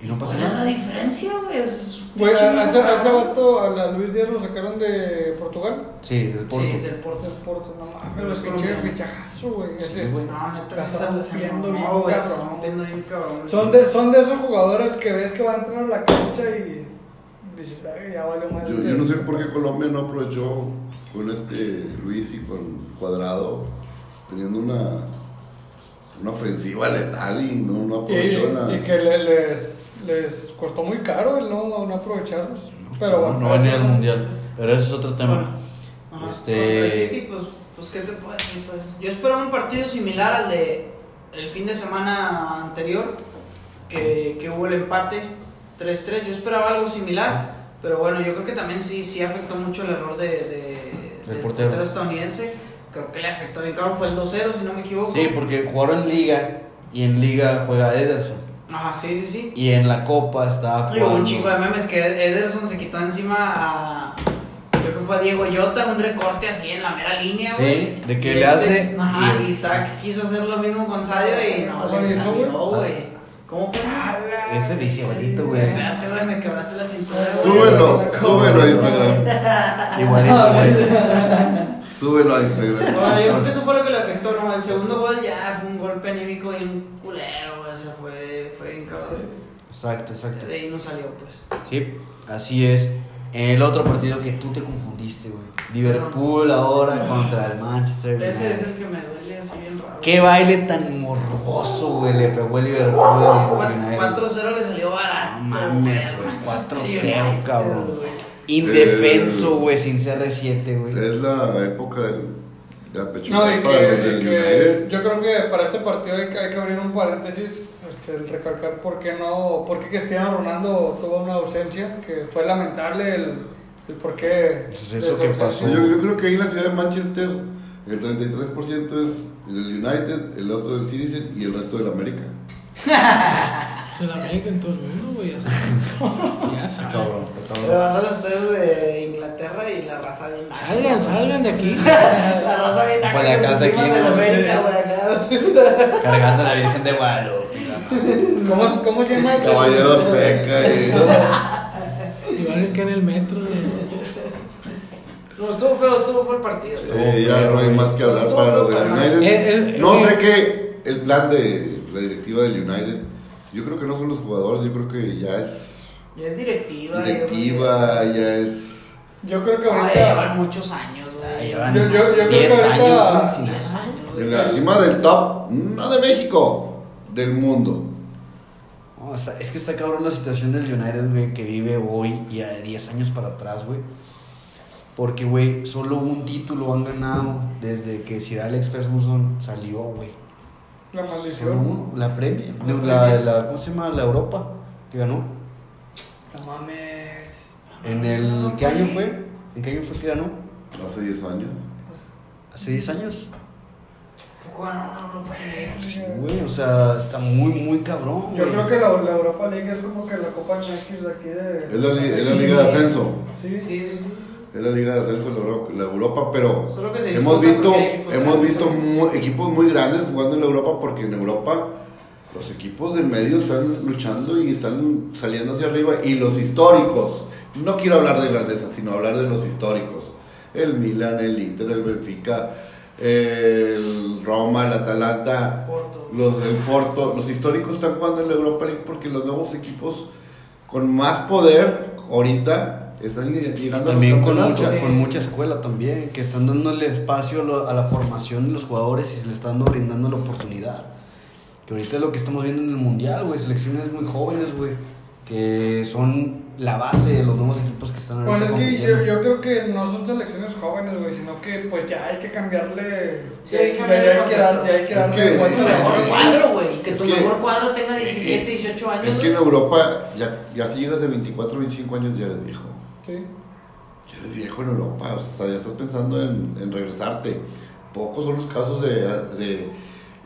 S1: Y no pasa
S4: ¿Cuál es la
S1: nada.
S4: diferencia, güey? Es un
S2: Güey, Pues, a, a ese,
S4: chingo,
S2: a ese
S4: cabrón.
S2: vato, a la Luis Díaz lo sacaron de Portugal.
S1: Sí, del Porto.
S4: Sí, del Porto.
S2: Del Porto, no mames.
S4: Pero
S2: Pero
S4: es
S2: es
S4: colombiano.
S2: fichajazo, güey.
S1: Sí,
S2: Es-
S1: güey.
S4: No, neta,
S2: La
S4: sí
S2: está
S4: se la
S2: rompiendo
S4: mamó,
S2: bien,
S4: güey, la
S2: cabrón.
S4: está rompiendo bien, cabrón.
S2: Son de, son de esos jugadores que ves que van a entrar a la cancha y dices, "Verga, ya valió este más.
S3: Yo, yo no sé por qué Colombia no aprovechó con este Luis y con Cuadrado teniendo una, una ofensiva letal y no, no
S2: Y,
S3: aprovechó la.
S2: Eh, y que le- les, les costó muy caro el no, no aprovecharlos. Pero bueno.
S1: no venía al mundial. Pero ese es otro tema.
S4: Ajá. Contra el City,
S1: Este.
S4: pues, pues, ¿qué te puedo decir? Pues, yo esperaba un partido similar al de el fin de semana anterior, que, que hubo el empate 3-3. Yo esperaba algo similar, pero bueno, yo creo que también sí, sí afectó mucho el error de, de-
S1: Del portero.
S4: estadounidense. Creo que le afectó bien, claro, fue el 2-0, si no me equivoco.
S1: Sí, porque jugaron en Liga y en Liga juega Ederson.
S4: Ajá, sí, sí, sí.
S1: Y en la Copa está
S4: Y hubo
S1: jugando.
S4: un chico de memes que Ederson se quitó encima a. Creo que fue a Diego Yota, un recorte así en la mera línea,
S1: Sí,
S4: güey.
S1: de que
S4: Y este,
S1: le hace
S4: Ajá,
S1: y-
S4: y Isaac quiso hacer lo mismo con Sadio y no
S2: ¿Cómo
S4: le
S2: hizo,
S4: salió,
S2: güey?
S4: güey. ¿Cómo fue?
S1: Ese dice igualito, güey.
S4: Espérate, güey, me quebraste la cintura,
S2: [laughs]
S4: güey.
S3: Súbelo, súbelo a
S1: [laughs]
S3: Instagram.
S1: Igualito, Ah, güey.
S3: Súbelo a
S4: Bueno, yo creo que
S3: Instagram.
S4: eso fue lo que le afectó, ¿no? El segundo gol ya fue un golpe anímico y un culero, güey. O sea, fue, fue bien cabrón.
S1: Exacto, exacto.
S4: De ahí no salió, pues.
S1: Sí, así es. El otro partido que tú te confundiste, güey. Liverpool ahora contra el Manchester.
S4: Ese es
S1: United.
S4: el que me duele así bien raro.
S1: Qué baile tan morboso, güey, le pegó el Liverpool al United.
S4: 4-0 le salió barato.
S1: No mames, güey, 4-0, cabrón.
S4: güey.
S1: Indefenso, güey, sin CR7, güey.
S3: Es la época del. La pechuga
S2: No, y
S3: para
S2: que,
S3: los del
S2: y que
S3: United.
S2: yo creo que para este partido hay que, hay que abrir un paréntesis, este, el recalcar por qué no, por qué Cristiano Ronaldo tuvo una ausencia, que fue lamentable el, el por qué.
S1: Pues
S2: de
S1: eso
S2: su
S1: que
S2: ausencia.
S1: pasó.
S3: Sí, Yo, yo creo que ahí en la ciudad de Manchester el 33% es el United, el otro del Citizen y el resto del América.
S5: Se la meten en todo el mundo, güey. Ya sabes. [laughs] Ya saben.
S1: Cabrón,
S4: Te
S1: cabrón.
S4: vas a las 3 de Inglaterra y la raza bien. naca,
S5: Salgan,
S4: güey.
S5: salgan de aquí.
S4: La raza bien. naca,
S1: Pues la
S4: güey,
S1: canta
S4: encima
S1: aquí,
S4: de la
S1: ¿no?
S4: América, güey, acá, güey.
S1: Cargando a la Virgen de Guadalupe. la madre.
S2: ¿Cómo, cómo se llama? el-
S3: Caballeros Azteca y.
S5: Igual que en el metro. güey.
S4: [laughs] No, estuvo feo, estuvo fue el partido.
S3: Eh, ya no hay más que hablar para los del United.
S5: Eh, eh,
S3: No
S5: eh.
S3: sé qué el plan de la directiva del United. Yo creo que no son los jugadores, yo creo que ya es
S7: Ya es directiva.
S4: eh,
S3: directiva, ya es.
S2: Yo creo que
S7: ya- No, ya
S2: ahorita.
S7: llevan muchos años, güey.
S1: llevan
S2: Yo- yo- yo creo que
S1: 10
S2: ahorita-
S1: años, güey,
S7: Diez
S1: sí.
S7: años, güey.
S3: En la cima del top, no de México, del mundo.
S1: No, está- es que está cabrón la situación del United, güey, que vive hoy y a 10 años para atrás, güey. Porque, güey, solo un título han ganado desde que Sir Alex Ferguson salió, güey.
S2: La
S1: Solo
S2: maldición.
S1: uno, la Premier, no, la, la- ¿cómo se llama? La Europa, que ganó.
S4: No mames.
S1: ¿En el qué año fue? ¿En qué año fue que ganó?
S3: Hace 10 años.
S1: ¿Hace 10 años?
S7: Poco ganaron la Europa League.
S1: Sí, güey, o sea, está muy, muy cabrón, güey.
S2: Yo creo que la, la Europa League es como que la Copa MX de aquí de.
S3: Es la, li- es la Liga de Ascenso.
S2: Sí.
S7: Sí, sí, sí.
S3: Es la Liga de Ascenso la Europa, la Europa pero
S7: Solo que se
S3: hemos
S7: disfruta
S3: visto,
S7: porque hay equipos
S3: hemos
S7: grandes,
S3: visto
S7: ¿no?
S3: mu- equipos muy grandes jugando en la Europa porque en Europa los equipos del medio están luchando y están saliendo hacia arriba y los históricos, no quiero hablar de grandeza, sino hablar de los históricos, el Milan, el Inter, el Benfica, el Roma, el Atalanta,
S7: Porto.
S3: los del Porto, los históricos están jugando en la Europa League porque los nuevos equipos con más poder ahorita están lleg- llegando
S1: También con
S3: campeonatos.
S1: mucha, con mucha escuela también, que están dándole espacio a, lo- a la formación de los jugadores y se les están dando- brindando la oportunidad. Que ahorita es lo que estamos viendo en el Mundial, güey, selecciones muy jóvenes, güey, que son la base de los nuevos equipos que
S3: Ah,
S1: están
S2: Pues
S1: ahorita
S2: es que
S1: compitiendo.
S2: yo, yo creo que no son selecciones jóvenes, güey, sino que pues ya hay que cambiarle.
S7: Sí,
S2: Ya hay
S7: hay
S2: que
S7: que
S2: ya hay que
S7: cambiarle
S2: dar- ya hay que
S3: el concepto. Es
S2: darle
S3: que-
S7: Tu mejor
S2: vuelta.
S7: cuadro, güey. Eh, Que eh,
S3: Es
S7: tu
S3: que-
S7: mejor cuadro tenga 17, 18 años.
S3: Es que en
S7: güey.
S3: Europa, ya, ya si llegas de 24, 25 años, ya eres viejo.
S2: Sí.
S3: Ya eres viejo en Europa, o sea, ya estás pensando en, en regresarte. Pocos son los casos de, de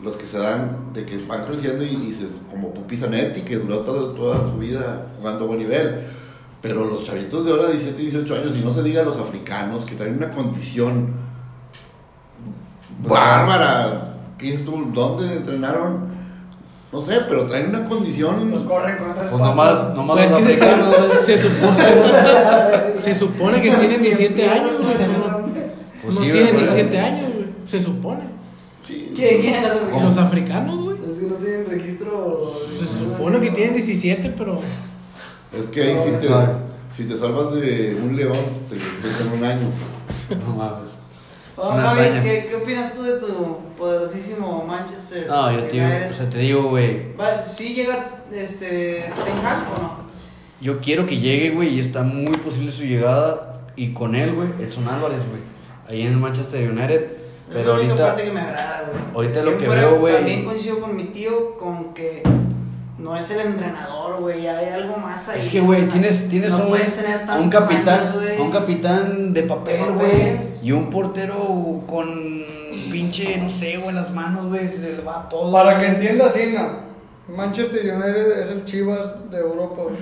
S3: los que se dan, de que van creciendo y, y se- como Pupi Zanetti, que duró toda, toda su vida jugando a buen nivel. Pero los chavitos de ahora, 17, 18 años, y no se diga los africanos, que traen una condición bárbara. ¿Qué es tú? ¿Dónde entrenaron? No sé, pero traen una condición...
S2: Los corren con otras
S1: Pues nomás, nomás
S5: Pues
S1: los
S5: es que se,
S1: africanos, güey.
S5: se supone, se supone que tienen 17 años, güey. No,
S1: Pues
S5: no
S1: sí,
S5: tienen
S1: güey,
S5: 17 años, güey. Se supone.
S3: Sí.
S7: ¿Qué? ¿Quién las
S1: ¿Cómo?
S5: Los africanos, güey.
S7: Es que no tienen registro.
S5: Se supone que tienen 17, pero.
S3: Es que ahí
S7: No,
S3: si,
S7: no
S3: te,
S1: sabe.
S3: si te salvas de un león, te respetan un año.
S1: No mames. Es
S7: Oh,
S1: una
S2: Ah,
S7: Javi,
S1: hazaña.
S7: ¿qué, ¿Qué opinas tú de tu poderosísimo Manchester?
S1: No, yo te digo,
S7: United?
S1: o sea, te digo, güey,
S7: Va, ¿Sí llega este, Ten Hag o no?
S1: Yo quiero que llegue, güey, y está muy posible su llegada. Y con él, güey, Edson Álvarez, güey. Ahí en el Manchester United.
S7: es
S1: Pero
S7: la única
S1: ahorita.
S7: parte que me agrada, güey.
S1: ahorita lo
S7: Yo
S1: que
S7: fuera
S1: veo, güey-
S7: También coincido con mi tío con que no es el entrenador, güey. Hay algo más ahí.
S1: Es que, güey,
S7: O sea,
S1: tienes, tienes
S7: no
S1: a un,
S7: puedes tener
S1: a un
S7: tantos
S1: capitán.
S7: años, güey.
S1: a un capitán de
S7: De
S1: papel,
S7: papel.
S1: güey. Y un portero con pinche, no sé, güey, las manos, güey, se le va todo.
S2: Para que entienda Sina, Manchester United es el Chivas de Europa. güey.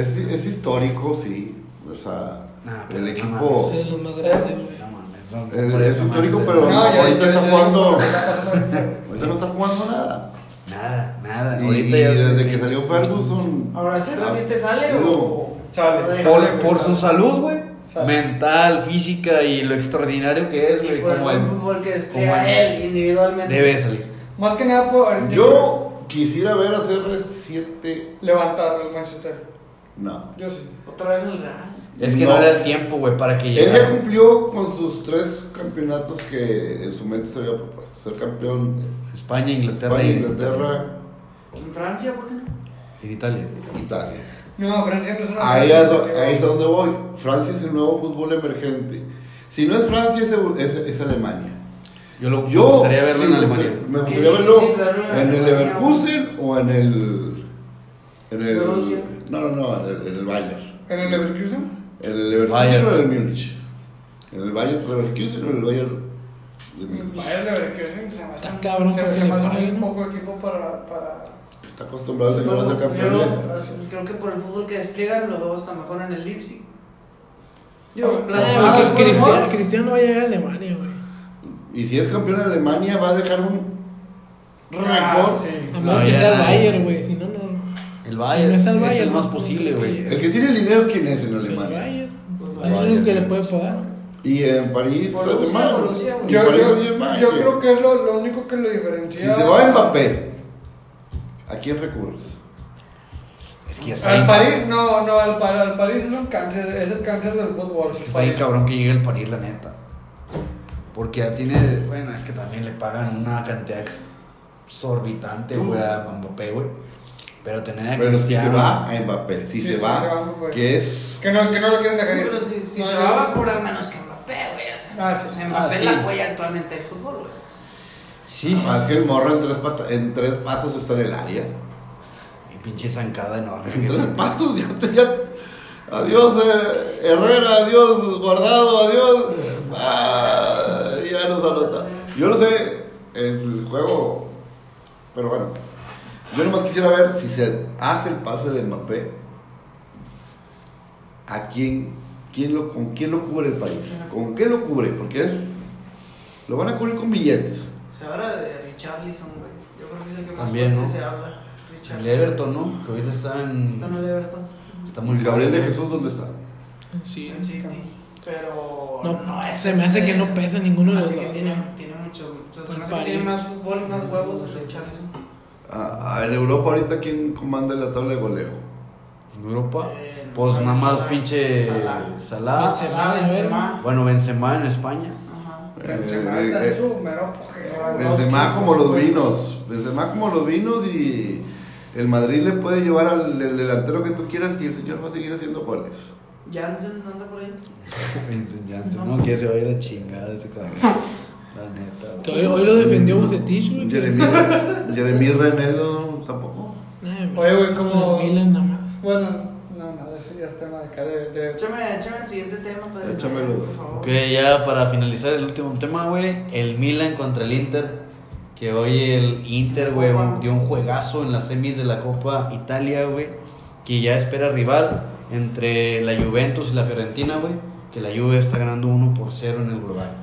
S3: Es, es histórico, sí. O sea,
S1: Nah, pero
S3: el
S1: no
S3: equipo.
S1: mames.
S5: Son los más grandes, güey.
S1: No mames, no,
S3: el-
S1: por
S3: es
S1: eso,
S3: histórico,
S1: mames,
S3: pero
S2: No,
S3: no,
S2: ya-
S3: ahorita
S2: ya-
S3: está
S2: ya-
S3: jugando.
S2: ya-
S3: Ahorita no está jugando nada.
S1: Nada, nada.
S3: Y,
S1: ahorita
S3: y
S1: ya se-
S3: desde que salió Ferguson.
S7: Ahora, ¿sí te sale
S3: Ah,
S7: o.?
S2: Sale.
S1: Por,
S2: Sale,
S1: por su
S2: sale.
S1: salud, güey.
S2: Sale.
S1: Mental, física y lo extraordinario que es,
S7: Y
S1: güey.
S7: por el
S1: Como
S7: buen
S1: el
S7: fútbol que
S1: como
S7: despliega
S1: el-
S7: él individualmente.
S1: Debe salir.
S2: Más que nada por
S3: Yo quisiera ver hacer 7.
S2: levantar el Manchester.
S3: No.
S2: Yo sí.
S7: Otra vez el Real.
S1: Es que no,
S3: No.
S1: era el tiempo, güey, para que
S3: Él ya
S1: llegara.
S3: cumplió con sus tres campeonatos que en su mente se había propuesto: ser campeón
S1: España, Inglaterra,
S3: España,
S1: y-
S3: Inglaterra,
S7: ¿En Francia? ¿Por qué no?
S1: En Italia.
S3: Italia.
S2: No, Francia no es una.
S3: Ahí es, do- ahí es a donde voy. Francia es el nuevo fútbol emergente. Si no es Francia, es, Eu- es- es Alemania.
S1: Yo lo
S3: Yo
S1: me gustaría verlo
S3: sí
S1: en
S3: me
S1: Alemania.
S3: gustaría- Me gustaría
S7: Sí,
S3: verlo
S7: sí, verlo en
S3: en el
S7: Alemania.
S3: Leverkusen o en el. En el
S7: Borussia.
S3: no, no, no, en el, en el Bayern.
S2: ¿En el Leverkusen?
S3: En el Leverkusen
S1: Bayern.
S3: o en el Múnich. En el Bayern Leverkusen o en el Bayern de
S2: El
S3: Múnich.
S2: Bayern Leverkusen se me hace.
S5: Está cabrón
S2: se,
S5: porque
S2: se
S5: le
S2: me hace muy
S5: paguen, ¿no?
S2: poco equipo para. para...
S3: Está acostumbrado a ser, a ser campeones.
S7: Yo creo que por el fútbol que despliegan lo veo hasta mejor en el Leipzig.
S2: Yo,
S5: Eh,
S7: Ah, bueno,
S5: güey,
S2: pues,
S5: que Cristiano,
S7: bueno.
S5: Cristiano va a llegar a Alemania, güey.
S3: Y si es campeón en Alemania, va a dejar un récord.
S2: Ah, sí.
S5: A
S1: No,
S5: menos que
S1: ya
S5: sea el
S1: nada.
S5: Bayern, güey. Si no, no.
S1: El
S5: Si
S1: Bayern
S5: no
S1: es,
S5: está el
S1: el
S5: Bayern,
S1: más
S5: no,
S1: posible,
S5: no,
S1: güey.
S5: no,
S3: El que tiene el dinero, ¿quién es en
S5: El
S3: Alemania?
S5: Bayern.
S7: Pues
S1: Bayern.
S5: Es el único que le puede pagar.
S3: Y en París,
S7: Borussia,
S3: alemán.
S7: Borussia,
S3: En
S2: yo,
S3: París,
S2: yo,
S3: alemán,
S2: yo
S3: que-
S2: creo que es lo, lo único que lo diferencia.
S3: Si se va Mbappé, ¿A quién recurres?
S1: Es que ya está
S2: Al
S1: bien
S2: París,
S1: cabrón.
S2: no, no, al, Pa- al París es un cáncer, es el cáncer del fútbol.
S1: Es que
S2: el
S1: está bien
S2: París.
S1: cabrón que llegue el París, la neta. Porque ya tiene. Bueno, es que también le pagan una cantidad exorbitante, güey, a Mbappé, güey. Pero tener a
S3: Pero si se
S1: Cristiano-
S3: va a Mbappé,
S2: Sí,
S3: si se
S2: sí, se va,
S3: va,
S2: Mbappé.
S3: que es
S2: Que no, que no lo quieren dejar ir.
S7: Pero si, si
S2: No,
S7: se
S2: no,
S7: va
S2: no.
S7: a cobrar menos que Mbappé, güey. O sea,
S2: Ah, sí.
S7: pues Mbappé
S1: Ah,
S7: es
S1: sí.
S7: la joya actualmente del fútbol, güey.
S1: Sí.
S3: más que el morro en tres, pata- en tres pasos está en el área.
S1: Y pinche zancada enorme.
S3: En tres pasos ya te- ya- Adiós eh, Herrera, adiós Guardado, adiós. Ah, ya nos anota. Yo no sé el juego, pero bueno. Yo nomás quisiera ver si se hace el pase de Mbappé. ¿A quién, quién lo, con quién lo cubre el país? ¿Con qué lo cubre? Porque es, lo van a cubrir con billetes.
S7: Se habla de Richarlison, güey. Yo creo que es el que más
S1: También,
S7: fuerte
S1: ¿no?
S7: se habla. Richarlison.
S1: El Everton, ¿no? Que ahorita está en.
S7: Está en el Everton.
S1: Está muy
S3: Gabriel de Jesús, ¿dónde está?
S5: Sí.
S7: En City. Pero.
S5: No, se me hace
S7: este-
S5: que no pesa ninguno de los
S7: así que
S5: dos,
S7: Tiene,
S5: ¿no?
S7: tiene mucho. o sea,
S5: Pues
S7: se me hace que tiene
S5: París.
S7: más fútbol y más huevos Richarlison.
S3: Ah, ah, en Europa ahorita quién comanda la tabla de goleo.
S1: En Europa.
S7: Eh,
S1: Pues nada más
S7: Salah.
S1: pinche
S7: Salah.
S1: Salah.
S5: Ah, Benzema,
S7: Salah,
S5: a ver.
S7: Benzema.
S1: Bueno, Benzema en España. [laughs]
S7: Ajá.
S2: Benzema
S3: Eh,
S2: está
S3: eh,
S2: en su mero apogeo.
S3: Benzema
S2: Lewandowski,
S3: como los
S2: por supuesto.
S3: vinos. Benzema como los vinos y el Madrid le puede llevar al el delantero que tú quieras y el señor va a seguir haciendo goles.
S7: Jansen anda por ahí.
S1: Vincent Janssen, No, que se va a ir a chingada ese cabrón. La neta. güey.
S5: Que hoy, hoy lo defendió Bucetich, güey. que-
S3: Jeremy, Jeremy Renedo tampoco.
S5: Nah,
S2: Oye, güey, como-
S5: Milan nada más.
S2: Bueno, no, nada, ese ya es tema de cara de. de-
S7: Échame, échame el siguiente tema, Pedro.
S3: Échamelos.
S7: Por favor.
S1: Ok, ya para finalizar el último tema, güey. El Milan contra el Inter. Que hoy el Inter, güey, un- dio un juegazo en las semis de la Copa Italia, güey. Que ya espera rival entre la Juventus y la Fiorentina, güey. Que la Juve está ganando 1 por 0 en el global.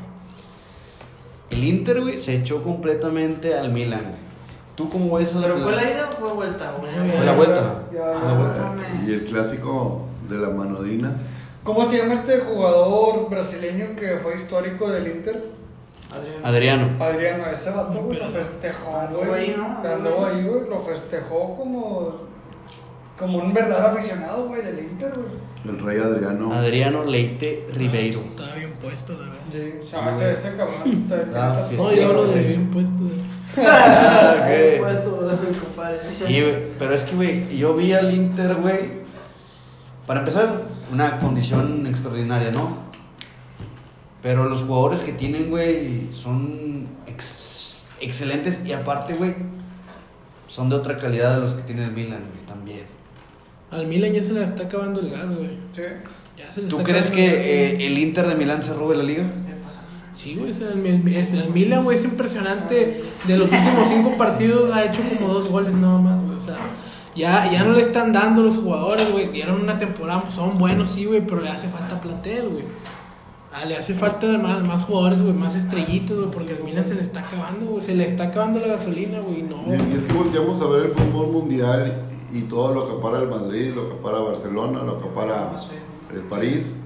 S1: El Inter, güey, se echó completamente al Milan, güey. ¿Tú cómo ves a la
S7: ¿Pero fue la ida o fue vuelta, güey?
S1: Fue la vuelta.
S2: Ya,
S1: Fue la
S2: ya.
S1: vuelta.
S3: Ah, y el clásico de la manodina.
S2: ¿Cómo se llama este jugador brasileño que fue histórico del Inter?
S7: Adrián.
S1: Adriano.
S2: Adriano, ese vato güey, lo festejó,
S7: Anduvo
S2: güey.
S7: ahí, ¿no?
S2: Anduvo ahí, güey. Lo festejó como. Como un verdadero aficionado, güey, del Inter, güey.
S3: El rey Adriano.
S1: Adriano Leite Ribeiro.
S5: Estaba bien puesto, la verdad.
S2: Sí, o sea, ese, ese [laughs] cabrón. está- está-
S1: Ah,
S5: No, yo hablo de
S1: Sí.
S5: bien puesto. güey.
S7: Ah,
S1: ok.
S7: Puesto,
S4: [laughs]
S7: compadre.
S1: Sí, güey, pero es que, güey, yo vi al Inter, güey. Para empezar, una condición extraordinaria, ¿no? Pero los jugadores que tienen, güey, son ex- excelentes y aparte, güey, son de otra calidad de los que tiene el Milan, güey, también.
S5: Al Milan ya se le está acabando el gas, güey.
S2: Sí.
S5: Ya se le
S1: ¿Tú
S5: está
S1: crees
S5: acabando
S1: que
S5: el gas,
S1: eh, el Inter de Milán se robe la liga?
S7: ¿Qué pasa?
S5: güey. Sí, güey, o sea, el, Mil- es- el Milan, güey, es impresionante. De los últimos cinco partidos ha hecho como dos goles nada más, güey. O sea, ya, ya no le están dando los jugadores, güey. Dieron una temporada, pues, son buenos, sí, güey, pero le hace falta plantel, güey. Ah, le hace falta más, más jugadores, güey, más estrellitos, güey, porque el Milan se le está acabando, güey. Se le está acabando la gasolina, güey, no.
S3: Y es que volteamos a ver el fútbol mundial y todo lo que para el Madrid, lo que para Barcelona, lo que para
S7: Más feo.
S3: el París.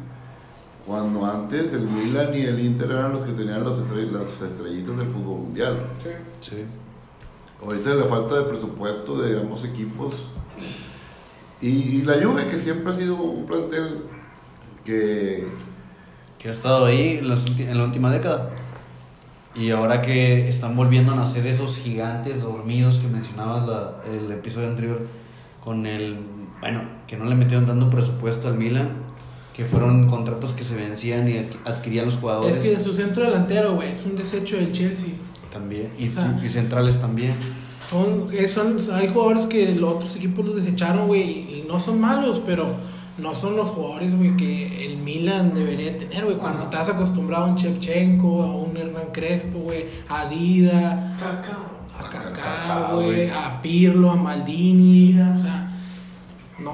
S3: Cuando antes el Milan y el Inter eran los que tenían los estre- las estrellitas del fútbol mundial.
S2: Sí.
S1: Sí.
S3: Ahorita la falta de presupuesto de ambos equipos. Y, y la Juve, que siempre ha sido un plantel que...
S1: que ha estado ahí en, las ulti- en la última década. Y ahora que están volviendo a nacer esos gigantes dormidos que mencionabas la- el episodio anterior, con el. Bueno, que no le metieron dando presupuesto al Milan, que fueron contratos que se vencían y adqu- adquirían los jugadores
S5: Es que su centro delantero, güey, es un desecho del Chelsea.
S1: también, y,
S5: Ajá.
S1: y centrales también.
S5: Son, eh, son, hay jugadores que los otros equipos los desecharon, güey, y y no son malos, pero no son los jugadores, güey, que el Milan debería tener, güey. Cuando estás acostumbrado a un Chepchenko, a un Hernán Crespo, güey, a Dida,
S7: Caca.
S5: a
S3: Kaká,
S5: Kaká,
S3: güey.
S5: güey, a Pirlo, a Maldini, o sea, no,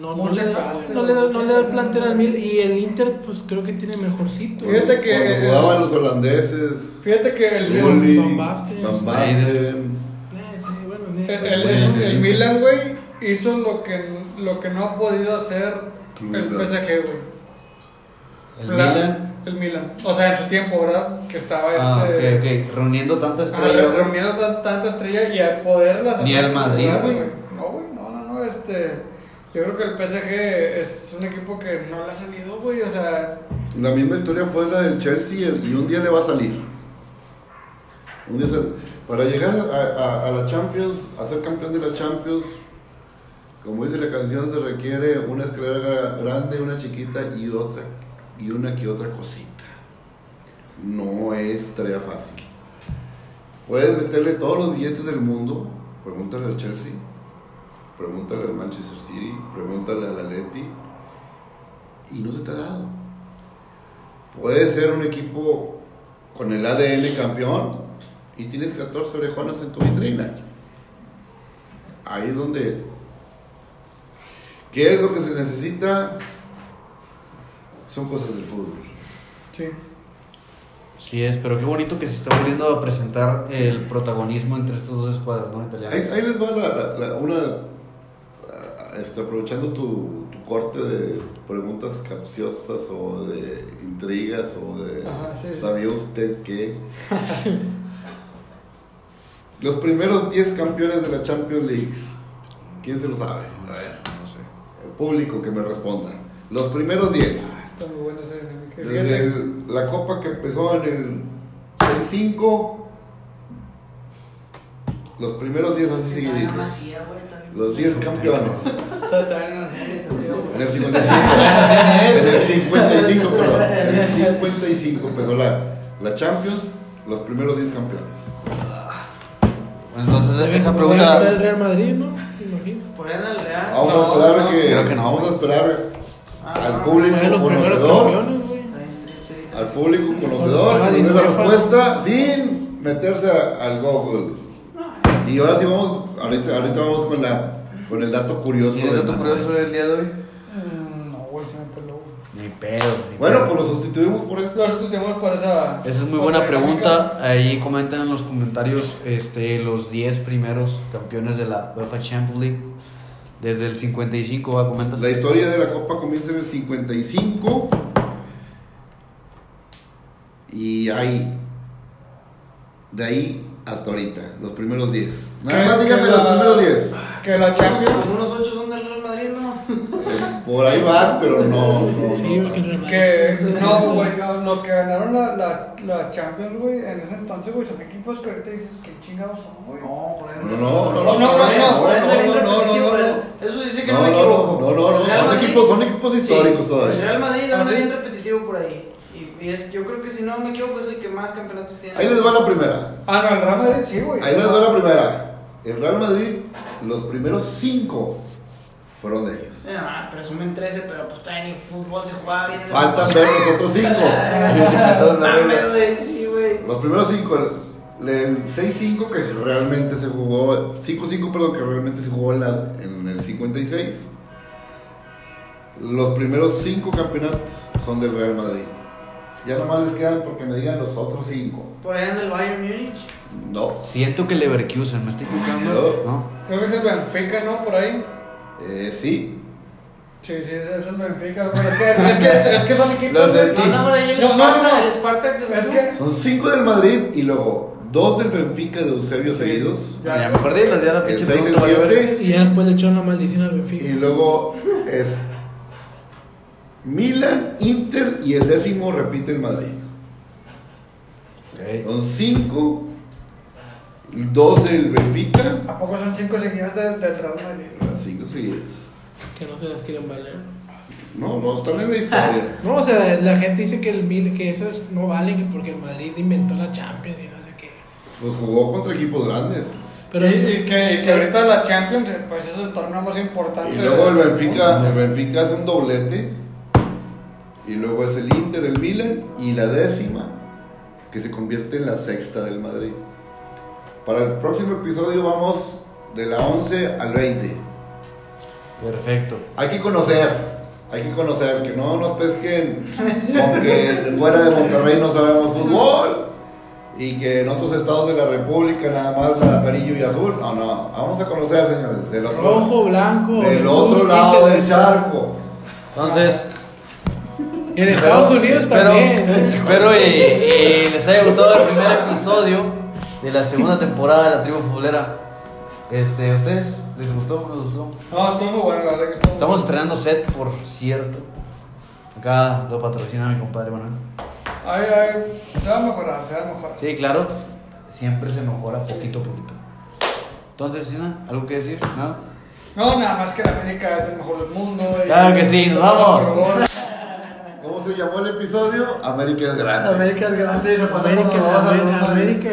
S5: no, no,
S2: Mucha
S5: le, da,
S2: clase,
S5: no, le, da,
S2: mucha
S5: no le da el
S2: clase.
S5: plantel al Milan. Y el Inter, pues creo que tiene mejorcito. Eh, güey.
S2: Fíjate que-
S3: Cuando jugaban los holandeses,
S2: Fíjate que el.
S5: Gol.
S3: Gulli,
S5: Van Basten.
S3: Van Basten,
S5: Eh, sí, bueno,
S2: El,
S1: pues,
S5: eh,
S2: el- el- el Milan, güey, hizo lo que, lo que no ha podido hacer el PSG, güey.
S1: El
S2: Plan-
S1: Milan
S2: el Milan. O sea, en su tiempo, ¿verdad? Que estaba
S1: Ah, ok,
S2: este.
S1: ok. Reuniendo tanta
S2: ah, re-
S1: estrella.
S2: reuniendo tan- tanta estrella y a poderlas.
S1: Ni al Madrid,
S2: Ah,
S1: güey.
S2: No, güey, no, no, no. Este. Yo creo que el PSG es un equipo que no le ha salido, güey. O sea,
S3: La misma historia fue la del Chelsea el- y un día le va a salir. Un día se- para llegar a, a- a la Champions, a ser campeón de la Champions, como dice la canción, se requiere una escalera gra- grande, una chiquita y otra, y una que otra cosita. No es tarea fácil. Puedes meterle todos los billetes del mundo, pregúntale al Chelsea, pregúntale al Manchester City, pregúntale al Atleti, y no se te ha dado. Puede ser un equipo con el ADN campeón y tienes 14 orejonas en tu vitrina. Ahí es donde. ¿Qué es lo que se necesita? Son cosas del fútbol.
S2: sí.
S1: Sí es, pero qué bonito que se está volviendo a presentar el protagonismo entre estas dos escuadras, ¿no?
S3: Ahí,
S1: Italianas.
S3: ahí les va la, la- la- una. ah, este, aprovechando tu, tu corte de preguntas capciosas o de intrigas o de.
S2: Ajá, sí, sí.
S3: ¿Sabía usted que? los primeros 10 campeones de la Champions League. ¿Quién se lo sabe? A ver,
S1: No sé.
S3: el público que me responda. Los primeros 10.
S2: Ah, Está muy bueno ese dinámica.
S3: Desde el- la copa que empezó en el 6-5. Los primeros 10 así
S7: Todavía no
S3: seguiditos.
S7: hacía, güey, todavía.
S3: Los 10 campeones.
S6: O sea, también no sé,
S3: En el 55.
S1: [laughs] Ah,
S3: en el 55, perdón. En el 55 empezó la, la Champions, los primeros 10 campeones.
S1: Entonces esa
S5: Está el
S1: pregunta...
S5: Real Madrid, ¿no? Me imagino.
S4: Por ahí en el Real.
S3: Vamos
S2: No,
S3: a esperar
S2: no,
S3: que,
S1: creo que no.
S3: vamos a esperar
S4: Ah,
S3: al público
S5: Fue de los primeros
S3: conocedor,
S5: campeones, güey.
S3: al público conocedor,
S5: Alex
S3: que nos dé la
S5: Befa.
S3: respuesta sin meterse a- al Google. Y ahora sí vamos, ahorita, ahorita vamos con la con el dato curioso.
S1: ¿Tienes
S3: del
S1: dato
S3: Manuel.
S1: curioso del día de hoy?
S2: Mm, No, güey, se me peló.
S1: Ni
S2: güey.
S1: pedo. ni
S3: Bueno,
S1: pedo.
S3: pues lo sustituimos por esto.
S2: Nosotros tenemos para esa.
S1: Esa es muy
S2: otra
S1: buena
S2: dinámica.
S1: pregunta. Ahí comenten en los comentarios este, los 10 primeros campeones de la UEFA Champions League. Desde el 55, ¿va? Comentas. [laughs]
S3: La historia de la Copa comienza en el 55 y hay de ahí hasta ahorita, los primeros 10. Nada
S2: Que-
S3: más díganme
S2: que
S3: los
S2: la-
S3: primeros 10.
S2: Que la Champions.
S4: Pues unos ocho son del Real Madrid, ¿no?
S3: Por ahí vas, pero no, no,
S5: Sí,
S3: no.
S5: porque el Real Madrid.
S2: Que no, güey,
S5: Sí,
S2: los que ganaron la, la, la Champions, güey, en ese entonces, güey, son equipos que ahorita dices que chingados son, güey.
S4: No, por ahí
S3: No, no, no,
S2: no, no,
S4: por ahí,
S2: no,
S4: por ahí
S2: no,
S4: es
S2: no,
S4: del Inter
S2: no,
S4: competitivo,
S2: no, no.
S4: eh. Eso sí sé que
S3: No,
S4: no,
S3: no,
S4: me equivoco.
S3: no, no, no,
S4: El Real
S3: son
S4: Madrid-
S3: equipos, son equipos históricos
S4: Sí,
S3: todavía.
S4: El Real Madrid
S2: Ah,
S4: anda
S2: ¿sí?
S4: bien repetitivo por ahí. Y, y es, yo creo que si no me equivoco es el que más campeonatos tiene.
S3: Ahí les va la primera.
S2: Ah, no, el Real Madrid sí, güey.
S3: Ahí les va la primera. El Real Madrid, los primeros 5 fueron de ellos.
S4: Eh, Ah, presumen 13, pero pues todavía ni fútbol se juega bien.
S3: Faltan ver los otros 5.
S4: No mames, güey, sí, güey.
S3: Los primeros 5, el, el 6-5 que realmente se jugó, 5-5, perdón, que realmente se jugó en, la- en el 56. Los primeros 5 campeonatos son del Real Madrid. Ya nomás les quedan porque me digan los otros 5.
S4: Por ahí anda el Bayern Múnich.
S3: No.
S1: Siento que Leverkusen, ¿me estoy equivocando? No.
S2: Creo que es el Benfica, ¿no? Por ahí.
S3: Eh, sí.
S2: Sí, sí, ese es el Benfica, güey. Es que, [laughs] es que, es que son equipos.
S1: Los
S2: güey.
S1: de
S4: No
S1: Sí.
S4: anda por ahí el
S2: No, no,
S4: Sparta,
S2: no.
S4: el Spartak del
S2: Es
S4: sur.
S2: que.
S3: Son 5 del Madrid y luego 2 del Benfica de Eusebio seguidos.
S1: Ya, mejor de las ya la
S3: El
S1: pinche
S3: 6 el
S1: pregunta, vale, vale.
S3: 7.
S5: Y ya después le echaron la maldición al
S3: Y
S5: Benfica.
S3: luego es Milan, Inter y el décimo repite el Madrid.
S1: Ok.
S3: Son cinco, dos del Benfica,
S2: ¿A poco son cinco seguidas del, del Real Madrid?
S3: las cinco seguidas.
S5: Que no se las quieren valer.
S3: No, no, están en la historia.
S5: No, o sea, la gente dice que el mil, que esas no valen que porque el Madrid inventó la Champions y no sé qué.
S3: Pues jugó contra equipos grandes.
S5: Pero
S2: y, y que, y que ahorita la Champions, pues es el torneo más importante.
S3: Y luego el Benfica, el Benfica hace un doblete. Y luego es el Inter, el Milan y la décima, que se convierte en la sexta del Madrid. Para el próximo episodio vamos de la 11 al 20.
S1: Perfecto.
S3: Hay que conocer, hay que conocer, que no nos pesquen con que fuera de Monterrey no sabemos fútbol y que en otros estados de la República nada más la de amarillo y azul. No, no, vamos a conocer, señores, del otro,
S5: rojo, blanco,
S3: del
S5: azul,
S3: otro
S5: y
S3: lado
S5: se-
S3: del charco.
S1: Entonces,
S5: En Estados Unidos
S1: espero,
S5: también.
S1: Espero y, y les haya gustado el primer episodio de la segunda temporada de la tribu futbolera. Este, ¿ustedes? ¿Les gustó? ¿Les gustó?
S2: No, estuvo muy bueno, la verdad que estuvo.
S1: Estamos estrenando set, por cierto. Acá lo patrocina mi compadre Manuel.
S2: Ay, ay, se va a mejorar, se va a mejorar.
S1: Sí, claro. Siempre se mejora poquito a poquito. Entonces, Sina, ¿algo que decir? ¿Nada?
S2: No, nada más que la América es el mejor del mundo. y-
S1: Claro que sí, nos vamos.
S2: Por favor.
S3: ¿Cómo se llamó el episodio? América es grande.
S2: América es grande y se pasa
S5: América,
S2: como babas a los
S5: América,
S2: demás.
S5: América.